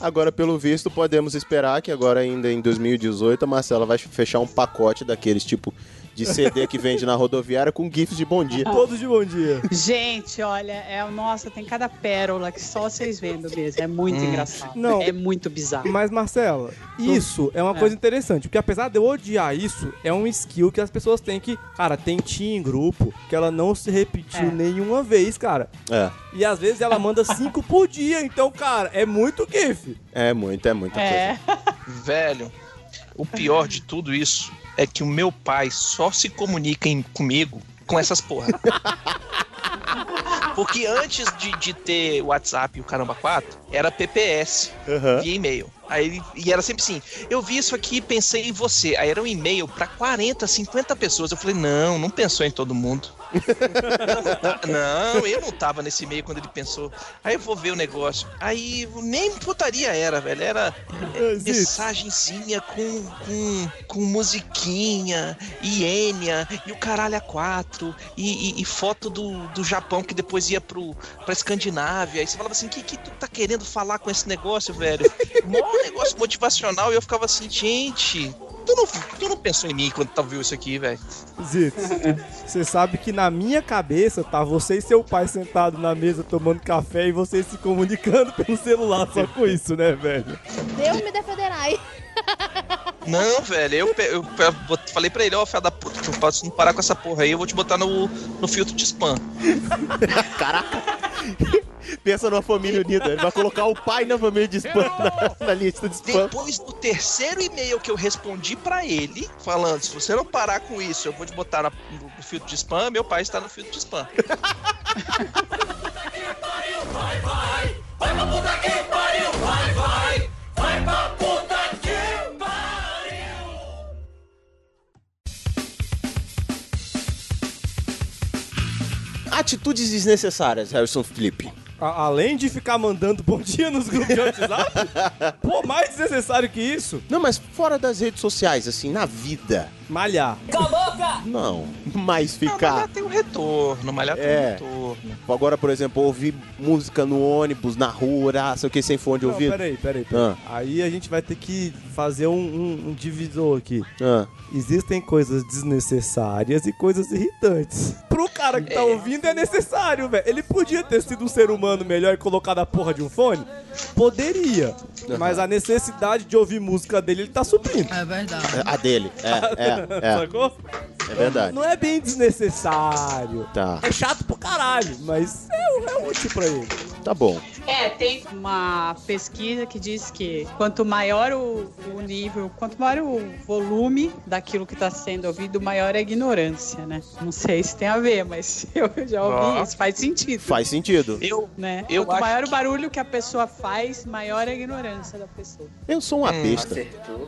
Agora, pelo visto, podemos esperar que agora ainda em 2018 a Marcela vai fechar um pacote daqueles tipo de CD que vende na rodoviária com gifs de bom Ah. dia. Todos de bom dia. Gente, olha, é, nossa, tem cada pérola que só vocês vendo mesmo. É muito engraçado. Não. É muito bizarro. Mas, Marcela, isso é uma É. coisa interessante, porque apesar de eu odiar isso, é um skill que as pessoas têm que. Cara, tem tia em grupo que ela não se repetiu É. nenhuma vez, cara. É, E às vezes ela manda cinco por dia, então, cara, é muito GIF. é muito, é muita É. Velho, o pior de tudo isso é que o meu pai só se comunica em- comigo com essas porra. Porque antes de, de ter WhatsApp e o Caramba 4, era PPS coisa. Aham. via e-mail. Aí, ele- e era sempre assim, eu vi isso aqui e pensei em você. Aí era um e-mail pra 40, 50 pessoas. Eu falei, não, não pensou em todo mundo. não, eu não tava nesse e-mail quando ele pensou. Aí eu vou ver o negócio. Aí nem putaria era, velho. Era É, Zito. mensagenzinha com, com, com musiquinha e Enya e o caralho a quatro e, e- e foto do, do Japão que depois ia pro, pra Escandinávia. E você falava assim, que, que tu tá querendo falar com esse negócio, velho? Mó negócio motivacional. E eu ficava assim, gente... Tu não, tu não pensou em mim quando tu viu isso aqui, velho? Zito, você sabe que na minha cabeça tá você e seu pai sentado na mesa tomando café e vocês se comunicando pelo celular só com isso, né, velho? Deus me defenderai. Não, velho, eu, pe- eu pe- bot- falei pra ele, ó, filha da puta, se não parar com essa porra aí, eu vou te botar no, no filtro de spam. Pensa numa família unida. Ele vai colocar o pai na família de spam, na, na lista de spam. Depois do terceiro e-mail que eu respondi pra ele, falando: se você não parar com isso, eu vou te botar na- no, no filtro de spam, meu pai está no filtro de spam. Atitudes desnecessárias, Harrison Felipe. A- além de ficar mandando bom dia nos grupos de WhatsApp, pô, mais desnecessário que isso, Não, mas fora das redes sociais, assim, na vida. malhar. Não, mas Não, malhar ficar. tem um retorno, malhar tem É. um retorno. Agora, por exemplo, ouvir música no ônibus, na rua, ah, sei o que, sem fone de Não, ouvido. peraí, peraí. peraí. Ah, Aí a gente vai ter que fazer um, um- um divisor aqui. ah. Existem coisas desnecessárias e coisas irritantes. Pro cara que tá ouvindo é necessário, velho. Ele podia ter sido um ser humano melhor e colocado a porra de um fone? Poderia. Mas a necessidade de ouvir música dele, ele tá suprindo. A dele. É, é, Sacou? é. É verdade. Não é bem desnecessário. Tá, É chato pro caralho, mas é, é útil pra ele. tá bom. É, tem uma pesquisa que diz que quanto maior o, o nível, quanto maior o volume daquilo que está sendo ouvido, maior é a ignorância, né? Não sei se tem a ver, mas eu já ouvi Ó. isso, faz sentido. Faz sentido. Eu, Né? Eu Quanto acho maior o que- barulho que a pessoa faz, maior é a ignorância da pessoa. Eu sou uma Hum, besta.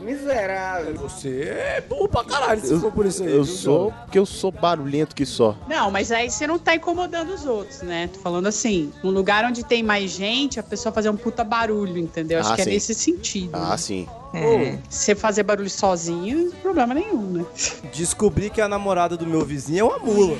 Miserável. Você é burro pra caralho se for por isso aí. Eu viu, sou, João? porque eu sou barulhento que só. Não, mas aí você não tá incomodando os outros, né? Tô falando assim, num lugar onde tem mais gente, a pessoa fazer um puta barulho, entendeu? Acho Ah, que sim. é nesse sentido. Ah, né? sim. hum, Você fazer barulho sozinho, problema nenhum, né? Descobri que a namorada do meu vizinho é uma mula.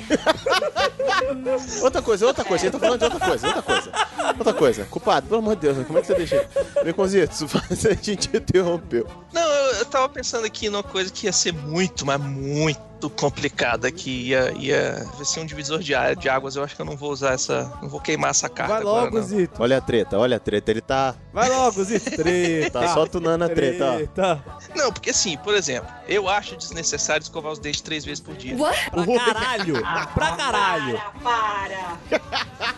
Outra coisa, outra coisa. Ele tá falando de outra coisa, outra coisa. Outra coisa. Culpado, pelo amor de Deus, como é que você deixa? Meu conzito, a gente interrompeu. Não, eu, eu tava pensando aqui numa coisa que ia ser muito, mas muito complicada, que ia, ia, ia ser um divisor de, á- de águas. Eu acho que eu não vou usar essa. Não vou queimar essa carta Vai agora, logo, não. Zito. Olha a treta, olha a treta. Ele tá, Vai logo, Zito. Treta. tá só tunando a treta, ó. Treta. Não, porque assim, por exemplo, eu acho desnecessário escovar os dentes três vezes por dia. Ah, Pra caralho. Pra caralho. Para, para!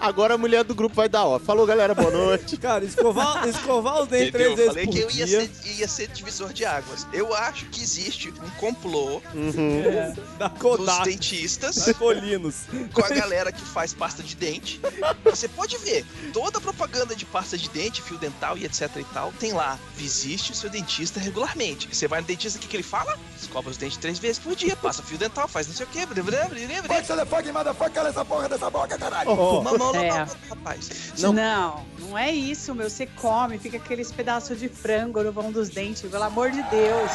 Agora a mulher do grupo vai dar ó. Falou, galera, boa noite. Cara, escovar, escovar os dentes Entendeu? três Eu vezes falei por que eu ia dia. ser, ia ser divisor de águas. Eu acho que existe um complô Da dos Kodak, dentistas da Colinos. com a galera que faz pasta de dente. Você pode ver, toda a propaganda de pasta de dente, fio dental e etc e tal, tem lá, visite o seu dentista regularmente. Você vai no dentista, o que, que ele fala? Escova os dentes três vezes por dia, passa fio dental, faz não sei o quê. blá, blá, blá, blá, blá. telefone, motherfucker, cala essa porra dessa boca, Tá caralho! Ó, Mamão na É. boca, rapaz. Não. não, é isso, meu. Você come, fica aqueles pedaços de frango no vão dos dentes, pelo amor de Deus.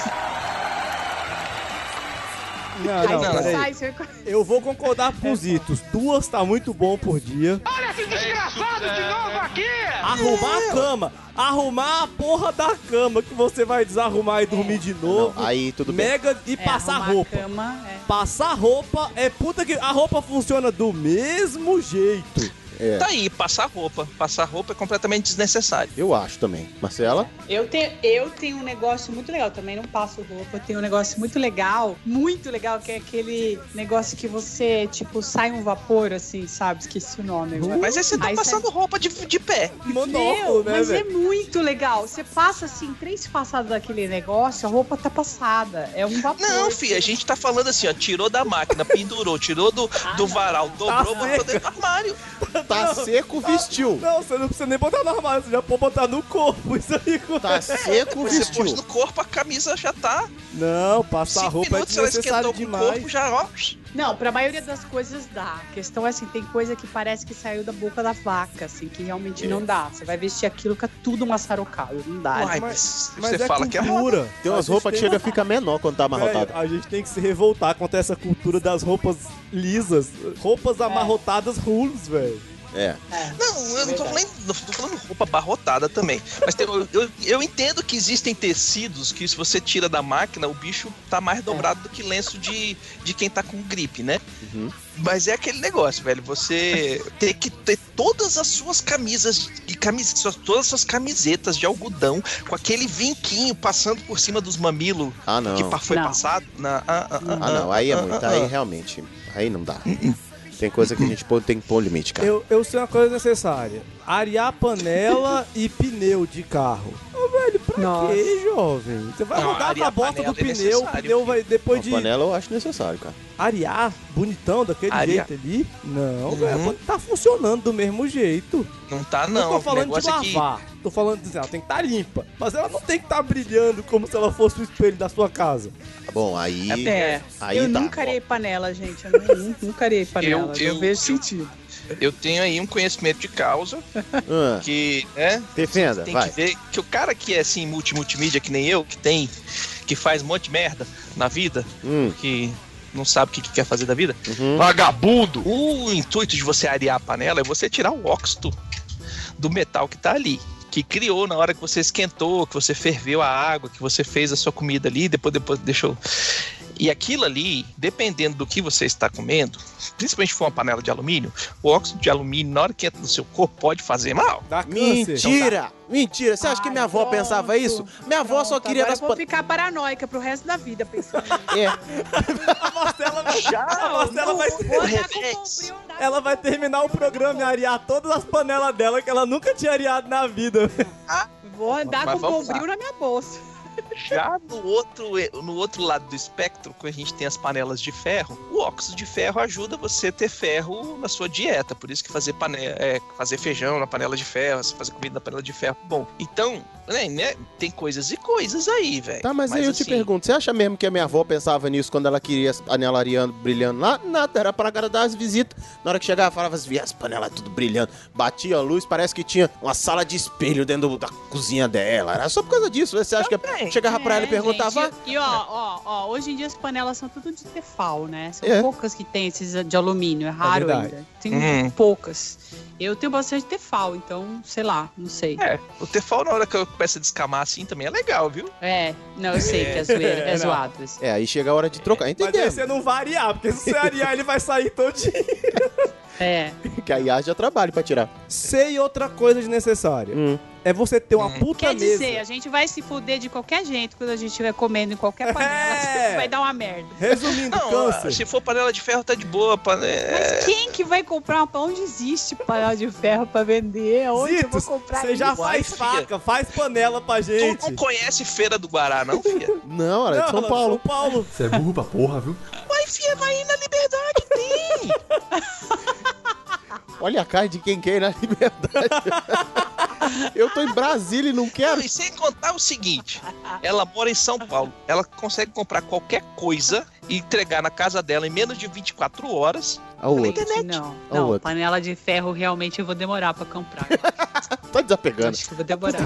não, Aí não, você peraí. sai, você... Eu vou concordar com os Itos. Duas tá muito bom por dia. Desgraçado de novo aqui! Arrumar a cama. Arrumar a porra da cama que você vai desarrumar e dormir de novo. Não, aí tudo bem. Mega e É, passar arrumar a roupa. Cama, é. Passar roupa é puta que. A roupa funciona do mesmo jeito. Tá aí, passar roupa. Passar roupa é completamente desnecessário. Eu acho também. Marcela? Eu tenho, eu tenho um negócio muito legal, também não passo roupa. Eu tenho um negócio muito legal, muito legal, que é aquele negócio que você, tipo, sai um vapor assim, sabe? Esqueci o nome. agora. Mas aí você tá Aí passando roupa de, de pé. Monóculo, Meu, né, mas velho? é muito legal. Você passa assim, três passadas daquele negócio, a roupa tá passada. É um vapor. Não, filho, a gente tá falando assim, ó, tirou da máquina, pendurou, tirou do, do varal, dobrou, botou dentro do armário. Tá seco, vestiu. Não, você não precisa nem botar no armário, você já pode botar no corpo isso aí. Tá seco, Você pôs vestiu. no corpo, a camisa já tá. Não, passar Cinco roupa é minutos, ela desnecessário esquentou com o corpo, demais. já, ó. Não, pra maioria das coisas dá. A questão é assim, tem coisa que parece que saiu da boca da vaca, assim, que É. realmente não dá. Você vai vestir aquilo, fica tudo maçarocado. Não dá. né? Uai, mas, você fala que é roupa. cultura. Tem umas A gente roupas que tem- chega e fica menor quando tá amarrotada. Velho, a gente tem que se revoltar contra essa cultura das roupas lisas, roupas amarrotadas rules, velho. É. Não, eu não tô falando, não tô falando roupa abarrotada também. Mas tem- eu, eu, eu entendo que existem tecidos que se você tira da máquina, o bicho tá mais dobrado do que lenço de, de quem tá com gripe, né? Uhum. Mas é aquele negócio, velho. Você ter que ter todas as suas camisas e camis, suas- todas as suas camisetas de algodão com aquele vinquinho passando por cima dos mamilos Ah, não. que pa- foi Não. passado. Na, ah, ah, Ah, não. Aí é muito. Aí realmente. Aí não dá. Tem coisa que a gente pô- tem que pôr um limite, cara. Eu, eu sei uma coisa necessária: arear panela e pneu de carro. Ô, velho, pra Nossa. quê, jovem? Você vai Não, rodar com a arear bota panela do é pneu, o necessário, pneu vai depois Uma de panela eu acho necessário, cara. arear bonitão daquele Arear. jeito ali. Não, velho, tá funcionando do mesmo jeito. Não tá, Não, não. tô O falando de negócio é que- lavar. Tô falando de ela tem que estar limpa. Mas ela não tem que estar brilhando como se ela fosse o espelho da sua casa. Tá Bom, aí. É. Aí eu tá. nunca arei panela, gente. Eu nu- nunca arei panela. Eu- não eu- vejo eu- sentido. Eu tenho aí um conhecimento de causa Ah, que, né? defenda, Tem vai. que ver que o cara que é assim multi multimídia que nem eu, que tem que faz um monte de merda na vida, Hum, que não sabe o que, que quer fazer da vida. uhum. Vagabundo! O intuito de você arear a panela é você tirar o óxido do metal que tá ali. Que criou na hora que você esquentou, que você ferveu a água, que você fez a sua comida ali, depois, depois deixou. E aquilo ali, dependendo do que você está comendo, principalmente se for uma panela de alumínio, o óxido de alumínio, na hora que entra no seu corpo, pode fazer mal. Dá câncer. Mentira! Mentira! Você acha que minha avó Ai, pensava pronto. isso? Minha avó só Pronto, queria agora das eu vou pan... ficar paranoica pro resto da vida pensando. É, Marcela vai- a Marcela Não, vai, vou andar com reflexo. bombril, andar com- ela vai terminar o programa e arear todas as panelas dela que ela nunca tinha areado na vida. Vou andar Mas com vamos lá. bombril na minha bolsa. Já no outro, no outro lado do espectro, quando a gente tem as panelas de ferro, o óxido de ferro ajuda você a ter ferro na sua dieta. Por isso que fazer, pane- é, fazer feijão na panela de ferro, fazer comida na panela de ferro, bom. Então, né, né, tem coisas e coisas aí, velho. tá, mas, aí eu te assim, pergunto, você acha mesmo que a minha avó pensava nisso quando ela queria as panelas ariando, brilhando lá? Nada, era pra agradar as visitas. Na hora que chegava, falava assim, "Vê as panelas tudo brilhando. Batia a luz, parece que tinha uma sala de espelho dentro do- da cozinha dela. Era só por causa disso. Você acha que Também. chegava pra ela e É, perguntava... gente, e ó, ó, ó, hoje em dia as panelas são tudo de tefal, né? São É. poucas que tem esses de alumínio, é raro verdade. ainda. Tem Hum. poucas. Eu tenho bastante tefal, então, sei lá, não sei. É, o tefal na hora que eu começo a descamar assim também é legal, viu? É, não, eu sei que é zoeira, é, É, não. zoado. isso. É, aí chega a hora de trocar. Mas aí Entendeu? você não vai arear, porque se você arear ele vai sair todinho. É. Que a IA já trabalha pra tirar. Sei outra coisa desnecessária. Hum. É você ter uma puta Quer mesa. dizer, a gente vai se fuder de qualquer jeito quando a gente estiver comendo em qualquer panela, É. vai dar uma merda. Resumindo, Não, câncer. se for panela de ferro, tá de boa. Pane... é, É. Mas quem que vai comprar uma Onde existe panela de ferro pra vender? Onde eu vou Zitos, comprar você já isso? faz Vai, faca, faz panela pra gente. Tu não conhece Feira do Guará, não, filha? Não, era de Não, São Paulo. São Paulo. Você é burro pra porra, viu? Vai, filha, vai na liberdade, tem! Olha a cara de quem quer ir na liberdade. Eu tô em Brasília e não Não, quero. e sem contar o seguinte: ela mora em São Paulo, ela consegue comprar qualquer coisa e entregar na casa dela em menos de 24 horas. A outra. Gente, Não, A não, outra. panela de ferro realmente eu vou demorar pra comprar. Tá desapegando. Acho que eu vou demorar.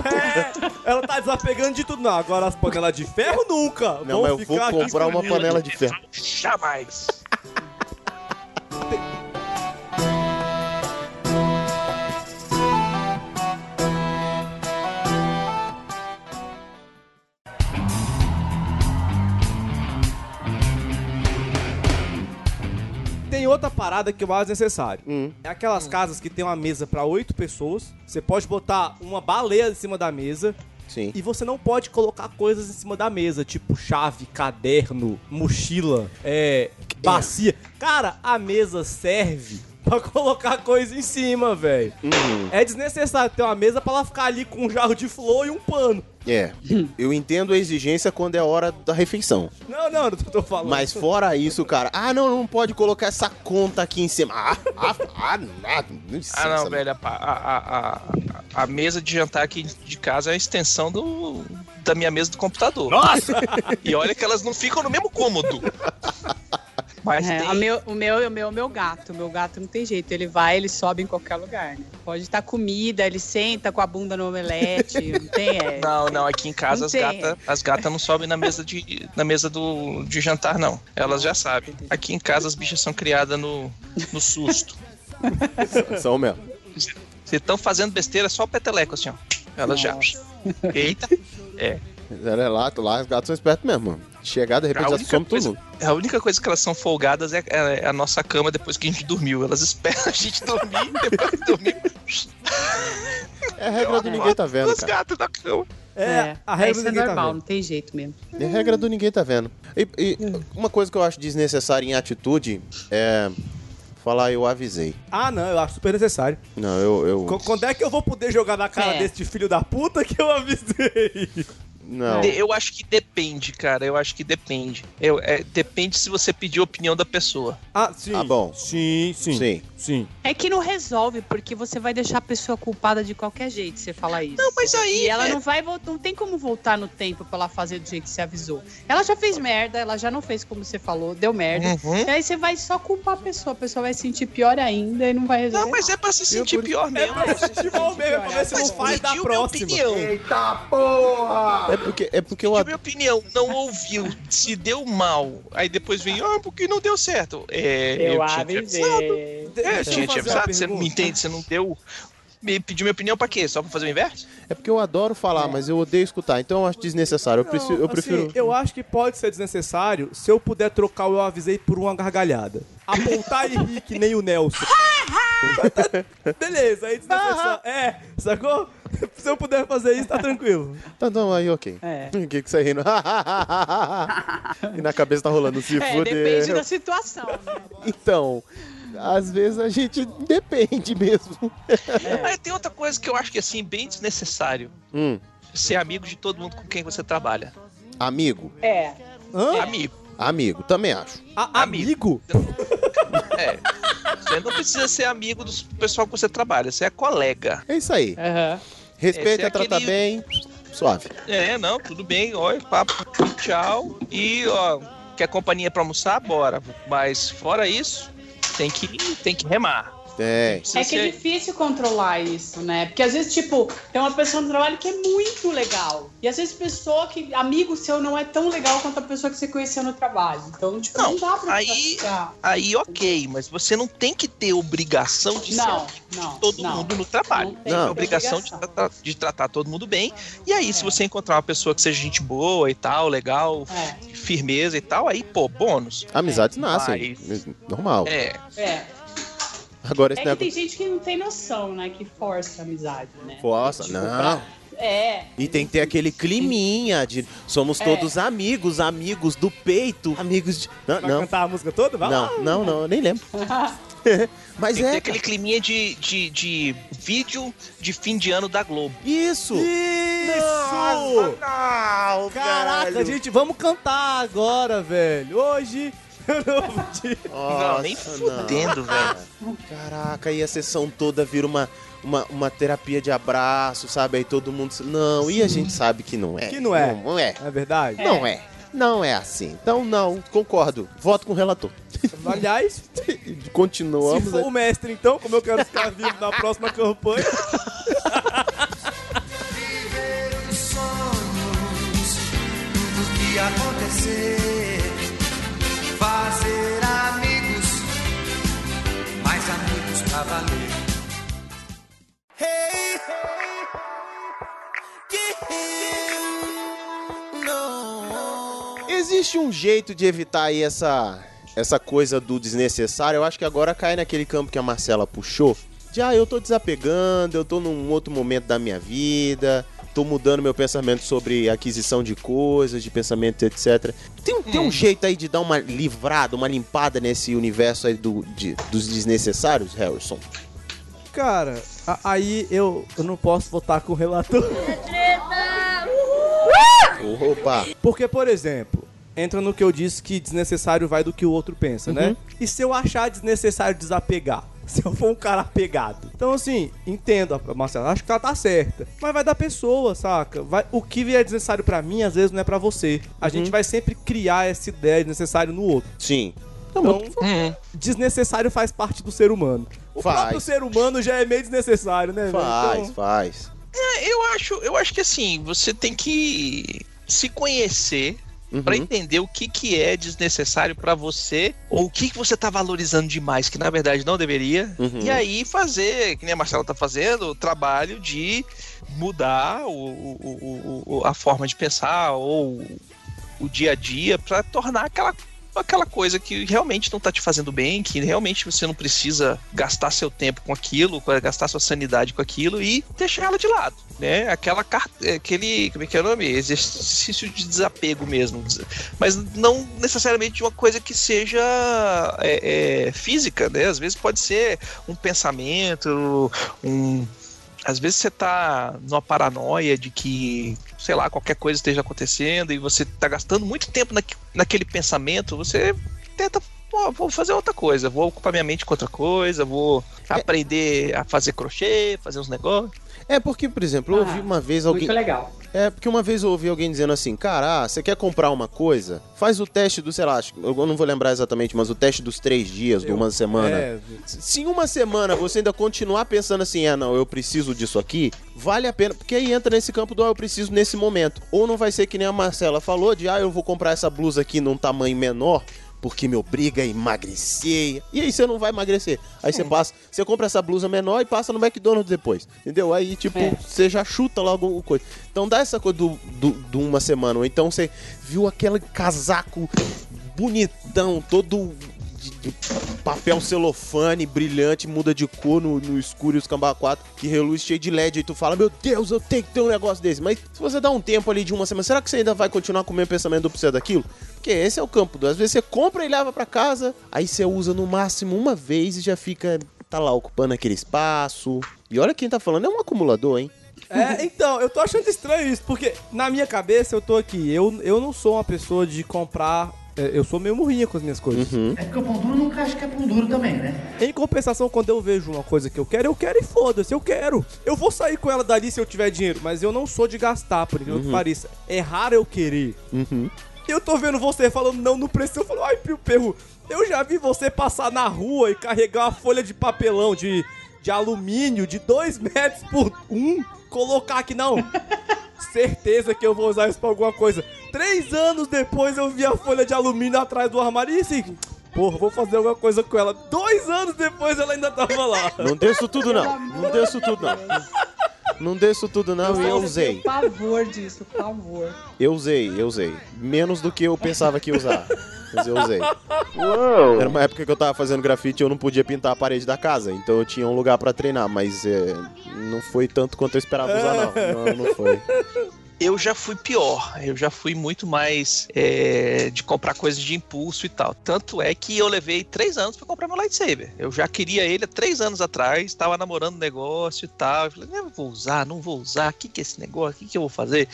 Ela tá desapegando de tudo. Não, agora as panelas de ferro nunca. Não, mas eu vou ficar aqui. comprar uma panela de ferro. Jamais! Tem outra parada que eu acho necessário. Hum. É aquelas casas que tem uma mesa pra oito pessoas. Você pode botar uma baleia em cima da mesa. Sim. E você não pode colocar coisas em cima da mesa, tipo chave, caderno, mochila, é, bacia. Cara, a mesa serve pra colocar coisa em cima, velho. Uhum. É desnecessário ter uma mesa pra ela ficar ali com um jarro de flor e um pano. É. Eu entendo a exigência quando é hora da refeição. Não, não, não tô, tô falando. Mas fora isso, cara. Ah, não, não pode colocar essa conta aqui em cima. Ah, ah, ah, nada. Ah, não, velho, a, pa- a- a- a- a mesa de jantar aqui de casa é a extensão do, da minha mesa do computador. Nossa! E olha que elas não ficam no mesmo cômodo. Mas É, tem- o meu, o meu, o meu, o meu gato, o meu gato não tem jeito. Ele vai, ele sobe em qualquer lugar. Né? Pode estar comida, ele senta com a bunda no omelete, não tem é. Não, não, aqui em casa Não as tem. gatas as gata não sobem na mesa, de, na mesa do, de jantar, não. Elas já sabem. Aqui em casa as bichas são criadas no, no susto. São mesmo. Se estão fazendo besteira, é só o peteleco, assim, ó. Elas já. Eita! É. Ela é lá, lá, os gatos são espertos mesmo, mano. Chegar, de repente, A já única some todo coisa- mundo. A única coisa que elas são folgadas é, é a nossa cama depois que a gente dormiu. Elas esperam a gente dormir, depois que dormir, É a regra do ninguém tá vendo, os cara. gatos na cama. É, a é, regra isso do é que tá normal, vendo. não tem jeito mesmo. É a regra do ninguém tá vendo. E, e uma coisa que eu acho desnecessária em atitude é falar eu avisei. Ah, não, eu acho super necessário. Não, eu. eu- Qu- Quando é que eu vou poder jogar na cara É. deste filho da puta que eu avisei? não. De- Eu acho que depende, cara. Eu acho que depende. Eu, é, depende se você pedir a opinião da pessoa. Ah, sim. Ah, bom. Sim, sim. Sim. Sim. É que não resolve, porque você vai deixar a pessoa culpada de qualquer jeito, você falar isso. Não, mas aí. E ela é- não vai voltar, não tem como voltar no tempo pra ela fazer do jeito que você avisou. Ela já fez merda, ela já não fez como você falou, deu merda. Uhum. E aí você vai só culpar a pessoa, a pessoa vai se sentir pior ainda e não vai resolver. Não, mas é pra se sentir por isso- pior É mesmo. pra sentir mal mesmo, pra ver se Mas não faz da pediu próxima. Minha opinião, Eita porra! É porque, é porque eu pediu adoro. minha opinião, não ouviu, se deu mal. Aí depois vem, ah, porque não deu certo. É, eu, tinha te avisei. De- É, eu deixa eu tinha te fazer uma avisado, você não me pergunta. entende, você não deu. Me pediu minha opinião pra quê? Só pra fazer o inverso? É porque eu adoro falar, mas eu odeio escutar. Então eu acho desnecessário. Eu, preci- eu Não, prefiro. assim, eu acho que pode ser desnecessário se eu puder trocar o eu avisei por uma gargalhada. Apontar e rir que nem o Nelson. Beleza, aí desnecessário. É, sacou? Se eu puder fazer isso, tá tranquilo. Tá, não, aí ok. É. O que que você rindo? e na cabeça tá rolando se É, fuder. depende da situação. né? Então, às vezes a gente depende mesmo. Aí Ah, tem outra coisa que eu acho que assim, bem desnecessário. Hum, Ser amigo de todo mundo com quem você trabalha. amigo. É. Hã? Amigo. Amigo, também acho. A- Amigo. amigo? É. Você não precisa ser amigo do pessoal que você trabalha, você é colega. É isso aí. Aham. Respeita, Esse é trata aquele- bem, suave. É, não, tudo bem, olha, papo, tchau. E, ó, quer companhia pra almoçar? Bora. Mas fora isso, tem que, tem que remar. Tem. Precisa É que é ser- difícil controlar isso, né? Porque às vezes, tipo, tem uma pessoa no trabalho que é muito legal. E às vezes pessoa que, amigo seu, não é tão legal quanto a pessoa que você conheceu no trabalho. Então, tipo, não, Não, dá pra aí- ficar- Aí, ok, mas você não tem que ter obrigação de ser Não, amigo não. de todo não. mundo no trabalho. Não tem Não. É obrigação de tratar, de tratar todo mundo bem. E aí, se É. você encontrar uma pessoa que seja gente boa e tal, legal, É, firmeza e tal, aí, pô, bônus. É, Amizades nascem. Mas- Normal. É, é. Agora esse é que negócio. tem gente que não tem noção, né? Que força a amizade, né? Nossa, Tipo, não. pra- É. E tem que ter aquele climinha de somos É. todos amigos, amigos do peito, amigos de. Não, Vai não. cantar a música toda? Vai lá. Não, não, não, eu nem lembro. Mas Tem é, que ter aquele climinha de, de, de vídeo de fim de ano da Globo. Isso! Isso! Caraca, velho. gente, vamos cantar agora, velho. Hoje. eu não vou te- Não, nem Nossa, fudendo, velho. Caraca, e a sessão toda vira uma, uma, uma terapia de abraço, sabe? Aí todo mundo. se- Não, e a gente sabe que não é. Que não é. Não, não é. É verdade? Não é. Não é assim. Então, não, concordo. Voto com o relator. Aliás, Continuamos. se for o mestre, então, como eu quero ficar vivo na próxima campanha. Viver os sonhos, tudo que acontecer, fazer amigos, mais amigos pra valer. Hey, que eu não Existe um jeito de evitar aí essa, essa coisa do desnecessário. Eu acho que agora cai naquele campo que a Marcela puxou. De ah, eu tô desapegando, eu tô num outro momento da minha vida, tô mudando meu pensamento sobre aquisição de coisas, de pensamento, etc. Tem, um- Hum. tem um jeito aí de dar uma livrada, uma limpada nesse universo aí do, de- dos desnecessários, Harrison? Cara, a- aí eu, eu não posso votar com o relator. Opa! Porque, por exemplo, entra no que eu disse que desnecessário vai do que o outro pensa, Uhum. né? E se eu achar desnecessário desapegar? Se eu for um cara apegado. Então, assim, entendo a Marcela. Acho que ela tá certa. Mas vai da pessoa, saca? Vai, o que é desnecessário pra mim, às vezes, não é pra você. A Uhum. gente vai sempre criar essa ideia de necessário no outro. Sim. Então, Hum. desnecessário faz parte do ser humano. O Faz. próprio ser humano já é meio desnecessário, né? velho? Faz, Então, faz. É, eu acho, eu acho que assim, você tem que se conhecer Uhum. pra entender o que, que é desnecessário pra você ou o que, que você tá valorizando demais, que na verdade não deveria. Uhum. E aí fazer, que nem a Marcela tá fazendo, o trabalho de mudar o, o- o- o- a forma de pensar ou o dia a dia pra tornar aquela aquela coisa que realmente não tá te fazendo bem, que realmente você não precisa gastar seu tempo com aquilo, gastar sua sanidade com aquilo e deixar ela de lado, né? Aquela car- eh, aquele, como é que é o nome? Exercício de desapego mesmo, des- mas não necessariamente de uma coisa que seja eh, eh, física, né? Às vezes pode ser um pensamento, um às vezes você tá numa paranoia de que, sei lá, qualquer coisa esteja acontecendo e você tá gastando muito tempo naqu- naquele pensamento, você tenta, pô, vou fazer outra coisa, vou ocupar minha mente com outra coisa, vou aprender a fazer crochê, fazer uns negócios. É porque, por exemplo, eu Ah, ouvi uma vez alguém. Muito legal. É, porque uma vez eu ouvi alguém dizendo assim, cara, ah, você quer comprar uma coisa? Faz o teste do, sei lá, acho que- eu não vou lembrar exatamente, mas o teste dos três dias, de Eu- uma semana. É, Se em uma semana você ainda continuar pensando assim, ah, não, eu preciso disso aqui, vale a pena, porque aí entra nesse campo do, ah, eu preciso nesse momento. Ou não vai ser que nem a Marcela falou, de, ah, eu vou comprar essa blusa aqui num tamanho menor, porque me obriga a emagrecer. E aí você não vai emagrecer. Aí você passa, você compra essa blusa menor e passa no McDonald's depois, entendeu? Aí, tipo, É. você já chuta logo o coisa. Então dá essa coisa do, do, do uma semana, ou então você viu aquele casaco bonitão, todo de, de papel celofane, brilhante, muda de cor no, no escuro e os cambá 4, que reluz cheio de LED, e tu fala, meu Deus, eu tenho que ter um negócio desse. Mas se você dá um tempo ali de uma semana, será que você ainda vai continuar com o mesmo pensamento do precisa daquilo? Porque esse é o campo. do- Às vezes você compra e leva pra casa, aí você usa no máximo uma vez e já fica, tá lá, ocupando aquele espaço. E olha quem tá falando, é um acumulador, hein? É, então, eu tô achando estranho isso, porque na minha cabeça eu tô aqui, eu, eu não sou uma pessoa de comprar. é, Eu sou meio murrinha com as minhas coisas. É porque o pão duro nunca acho que é pão duro também, né? Em compensação, quando eu vejo uma coisa que eu quero, eu quero e foda-se, eu quero. Eu vou sair com ela dali se eu tiver dinheiro, mas eu não sou de gastar, por incrível que pareça. É raro eu querer. Uhum. Eu tô vendo você falando não, não precisa. Eu falo, ai, pio perro, eu já vi você passar na rua e carregar uma folha de papelão de, de alumínio de 2 metros por um, colocar aqui, não. Certeza que eu vou usar isso pra alguma coisa. Três anos depois eu vi a folha de alumínio atrás do armário e assim, porra, vou fazer alguma coisa com ela. Dois anos depois ela ainda tava lá. Não deu isso tudo, não. Não deu isso tudo, não. Não deu isso tudo, não, e eu usei. Por favor disso, por favor. Eu usei, eu usei. Menos do que eu pensava que ia usar. Mas eu usei. Era uma época que eu tava fazendo grafite e eu não podia pintar a parede da casa. Então eu tinha um lugar pra treinar, mas é, não foi tanto quanto eu esperava usar, não. Não, não foi. Eu já fui pior, eu já fui muito mais é, de comprar coisas de impulso e tal. Tanto é que eu levei três anos pra comprar meu lightsaber. Eu já queria ele há três anos atrás, tava namorando o negócio e tal. Eu falei, não vou usar, não vou usar, o que, que é esse negócio, o que, que eu vou fazer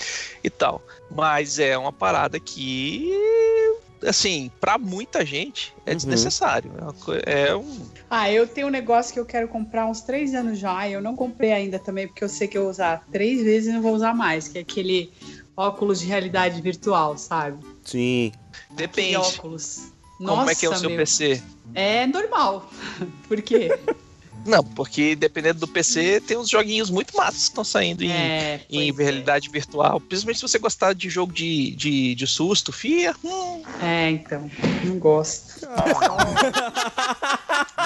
e tal. Mas é uma parada que, assim, pra muita gente é desnecessário. É, uma coi- é um. Ah, eu tenho um negócio que eu quero comprar há uns três anos já, e eu não comprei ainda também, porque eu sei que eu vou usar três vezes e não vou usar mais, que é aquele óculos de realidade virtual, sabe? Sim. Depende. óculos. Como é que é o Nossa, seu meu. PC? É normal. Por quê? Não, porque dependendo do PC, tem uns joguinhos muito massas que estão saindo em, É. em é. realidade virtual. Principalmente se você gostar de jogo de, de, de susto, fia. hum, É, então. Não gosto.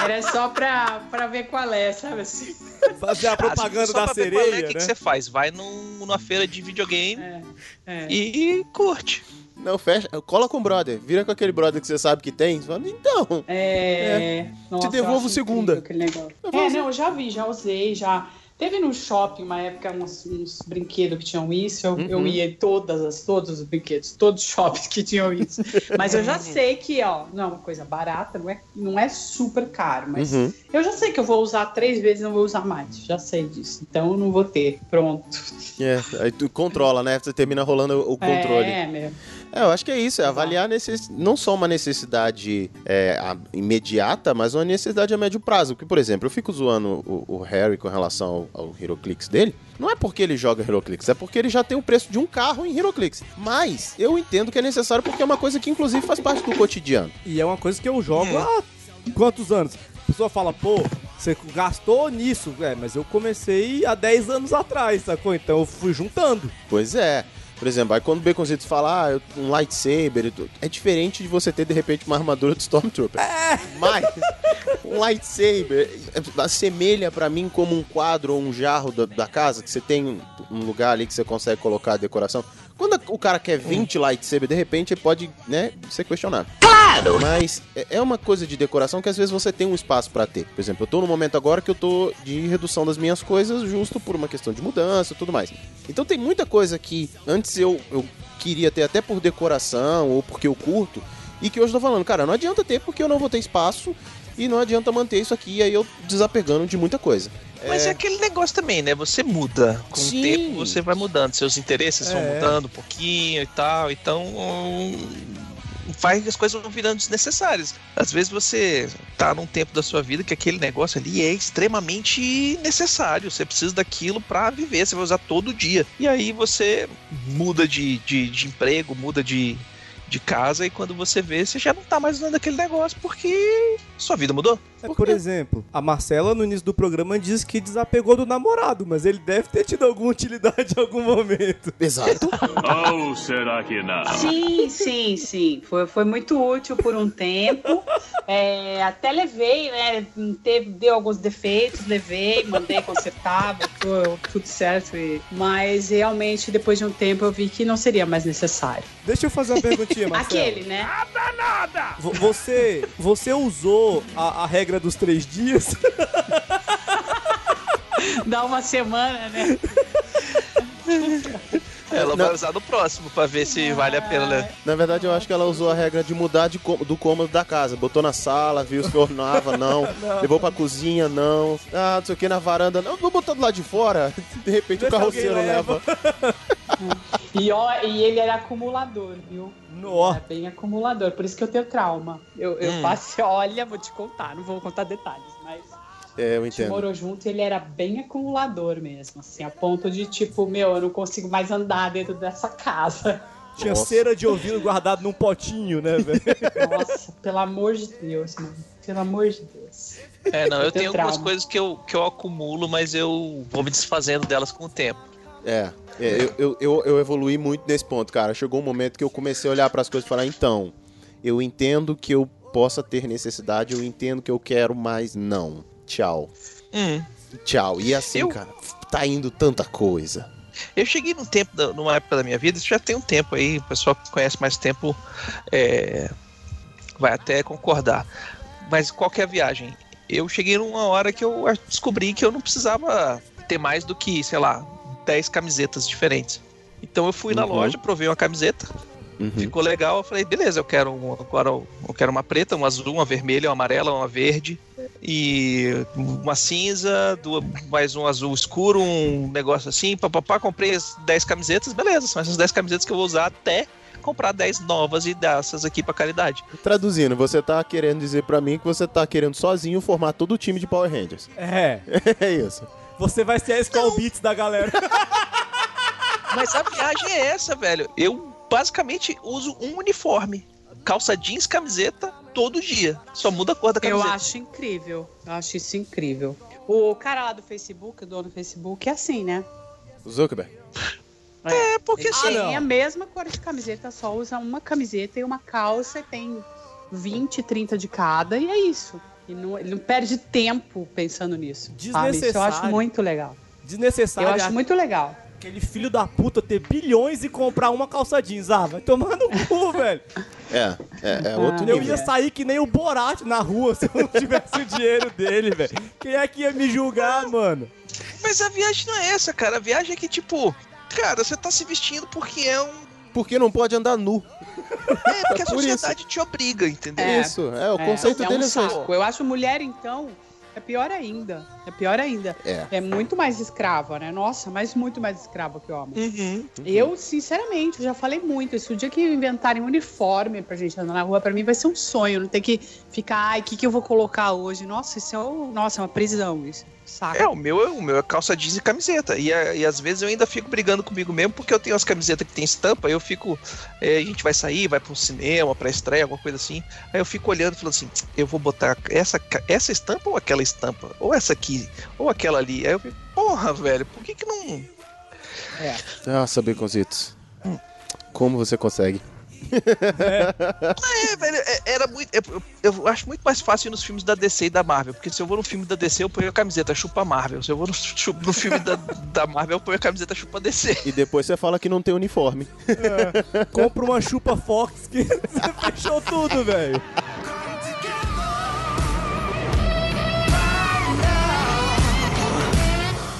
Era só pra, pra ver qual é, sabe assim? Fazer a ah, propaganda da O sereia, é que, que né? você faz? Vai num- numa feira de videogame é. e curte. Não, fecha. Cola com o brother. Vira com aquele brother que você sabe que tem. Fala, então. É. Nossa, te devolvo eu acho segunda. Aquele negócio. É, não, eu já vi, já usei, já. Teve no shopping uma época uns, uns brinquedos que tinham isso. Eu, eu Uhum. ia em todas as, todos os brinquedos, todos os shoppings que tinham isso. Mas eu já sei que, ó, não é uma coisa barata, não é, não é super caro, mas Uhum. eu já sei que eu vou usar três vezes e não vou usar mais. Já sei disso. Então eu não vou ter. Pronto. É, aí tu controla, né? Você termina rolando o controle. É, meu. É, eu acho que é isso, é avaliar necess... não só uma necessidade é, a- imediata, mas uma necessidade a médio prazo. Porque, por exemplo, eu fico zoando o, o Harry com relação ao, ao Heroclix dele. Não é porque ele joga Heroclix, é porque ele já tem o preço de um carro em Heroclix. Mas eu entendo que é necessário porque é uma coisa que, inclusive, faz parte do cotidiano. E é uma coisa que eu jogo há quantos anos? A pessoa fala, pô, você gastou nisso. É, mas eu comecei há 10 anos atrás, sacou? Então eu fui juntando. Pois é. Por exemplo, aí quando o Baconzitos fala, ah, eu- um lightsaber e tudo, é diferente de você ter, de repente, uma armadura do Stormtrooper. Mas um lightsaber é, assemelha pra mim como um quadro ou um jarro da, da casa, que você tem um- um lugar ali que você consegue colocar a decoração. Quando a- o cara quer 20 lightsaber, de repente, ele pode, né, ser questionado. Claro! Mas é- é uma coisa de decoração que às vezes você tem um espaço pra ter. Por exemplo, eu tô num momento agora que eu tô de redução das minhas coisas, justo por uma questão de mudança e tudo mais. Então tem muita coisa que antes eu, eu queria ter até por decoração ou porque eu curto, e que hoje eu tô falando, cara, não adianta ter porque eu não vou ter espaço e não adianta manter isso aqui, e aí eu desapegando de muita coisa. Mas é aquele negócio também, né? Você muda. Com Sim. o tempo você vai mudando. Seus interesses vão É. mudando um pouquinho e tal. Então. hum, Faz que as coisas vão virando desnecessárias. Às vezes você tá num tempo da sua vida que aquele negócio ali é extremamente necessário. Você precisa daquilo pra viver, você vai usar todo dia. E aí você muda de, de, de emprego, muda de, de casa, e quando você vê, você já não tá mais usando aquele negócio porque sua vida mudou. É, por exemplo, a Marcela no início do programa disse que desapegou do namorado, mas ele deve ter tido alguma utilidade em algum momento. Exato. Ou será que não? Sim, sim, sim. Foi, foi muito útil por um tempo. É, até levei, né? Teve, deu alguns defeitos, levei, mandei consertar, botou tudo certo. e- Mas realmente, depois de um tempo, eu vi que não seria mais necessário. Deixa eu fazer uma perguntinha, Marcela. Aquele, né? Vo- Você, você usou a, a regra dos três dias? Dá uma semana, né? Ela vai usar no próximo pra ver se vale a pena, né? Na verdade, eu acho que ela usou a regra de mudar de cô- do cômodo da casa. Botou na sala, viu se ornava, não. Não. Levou pra cozinha, não. Ah, não sei o que, na varanda, não. Vou botar do lado de fora. De repente Deixa o carroceiro alguém leva. E, ó, e ele era acumulador, viu? Era bem acumulador, por isso que eu tenho trauma. Eu, eu Hum. passei, olha, vou te contar, não vou contar detalhes, mas. É, eu A gente entendo. morou junto e ele era bem acumulador mesmo, assim, a ponto de tipo, meu, eu não consigo mais andar dentro dessa casa. Tinha cera de ouvido guardado num potinho, né, velho? Nossa, pelo amor de Deus, mano. Pelo amor de Deus. É, não, eu Tem tenho algumas trauma. coisas que eu, que eu acumulo, mas eu vou me desfazendo delas com o tempo. É, é, eu, eu, eu, eu evoluí muito nesse ponto, cara. Chegou um momento que eu comecei a olhar para as coisas e falar: então, eu entendo que eu possa ter necessidade, eu entendo que eu quero, mas não. Tchau. Tchau. E assim, cara, tá indo tanta coisa. Eu cheguei num tempo, da- numa época da minha vida, isso já tem um tempo aí, o pessoal que conhece mais tempo é, vai até concordar. Mas qual que é a viagem? Eu cheguei numa hora que eu descobri que eu não precisava ter mais do que, sei lá, 10 camisetas diferentes. Então eu fui na Uhum. loja, provei uma camiseta, Uhum. ficou legal. Eu falei, beleza, eu quero um- agora eu eu quero uma preta, uma azul, uma vermelha, uma amarela, uma verde e uma cinza, duas, mais um azul escuro, um negócio assim, papapá. Comprei as 10 camisetas, beleza, são essas 10 camisetas que eu vou usar até comprar 10 novas e dar essas aqui pra caridade. Tipo, Traduzindo, você tá querendo dizer pra mim que você tá querendo sozinho formar todo o time de Power Rangers. É. É isso. Você vai ser a Skull Beats da galera. Mas a viagem é essa, velho. Eu basicamente uso um uniforme. Calça jeans, camiseta, todo dia. Só muda a cor da Eu camiseta. acho incrível. Eu acho isso incrível. O cara lá do Facebook, o dono do Facebook, é assim, né? Zuckerberg. É, porque ele assim- Tem Ah, a não. mesma cor de camiseta, só usa uma camiseta e uma calça e tem 20, 30 de cada, e é isso. E não, ele não perde tempo pensando nisso. sabe? Isso eu acho Desnecessário. muito legal. Desnecessário. Eu acho muito legal. Aquele filho da puta ter bilhões e comprar uma calça jeans. Ah, vai tomar no cu, velho. É, é, é outro Ah, Eu nível. ia sair que nem o Borat na rua se eu não tivesse o dinheiro dele, velho. Quem é que ia me julgar, mano? Mas a viagem não é essa, cara. A viagem é que, tipo, cara, você tá se vestindo porque é um. Porque não pode andar nu. É, porque a Por isso. sociedade te obriga, entendeu? Isso, é, o conceito é dele um é só isso. saco. Eu acho mulher, então, é pior ainda. É pior ainda. É. muito mais escrava, né? Nossa, mas muito mais escrava que homem. Uhum. Eu, sinceramente, eu já falei muito. Se o dia que inventarem um uniforme pra gente andar na rua, pra mim vai ser um sonho. Não ter que ficar, ai, o que, que eu vou colocar hoje? Nossa, isso é, um- nossa, é uma prisão, isso. Saco. É, o meu, é- o meu é calça jeans e camiseta. E, a- e às vezes eu ainda fico brigando comigo mesmo porque eu tenho as camisetas que tem estampa. Aí eu fico. é, a gente vai sair, vai pra um cinema, pra estreia, alguma coisa assim. Aí eu fico olhando e falando assim: eu vou botar essa, ca- essa estampa ou aquela estampa? Ou essa aqui, ou aquela ali. Aí eu fico, porra, velho, por que que não. Nossa, Baconzitos. Ah, Como você consegue? É, velho, é- era muito. é- eu acho muito mais fácil ir nos filmes da DC e da Marvel. Porque se eu vou no filme da DC, eu ponho a camiseta chupa Marvel. Se eu vou no, chu- no filme da, da Marvel, eu ponho a camiseta chupa DC. E depois você fala que não tem uniforme. Compra uma chupa Fox que você fechou tudo, velho.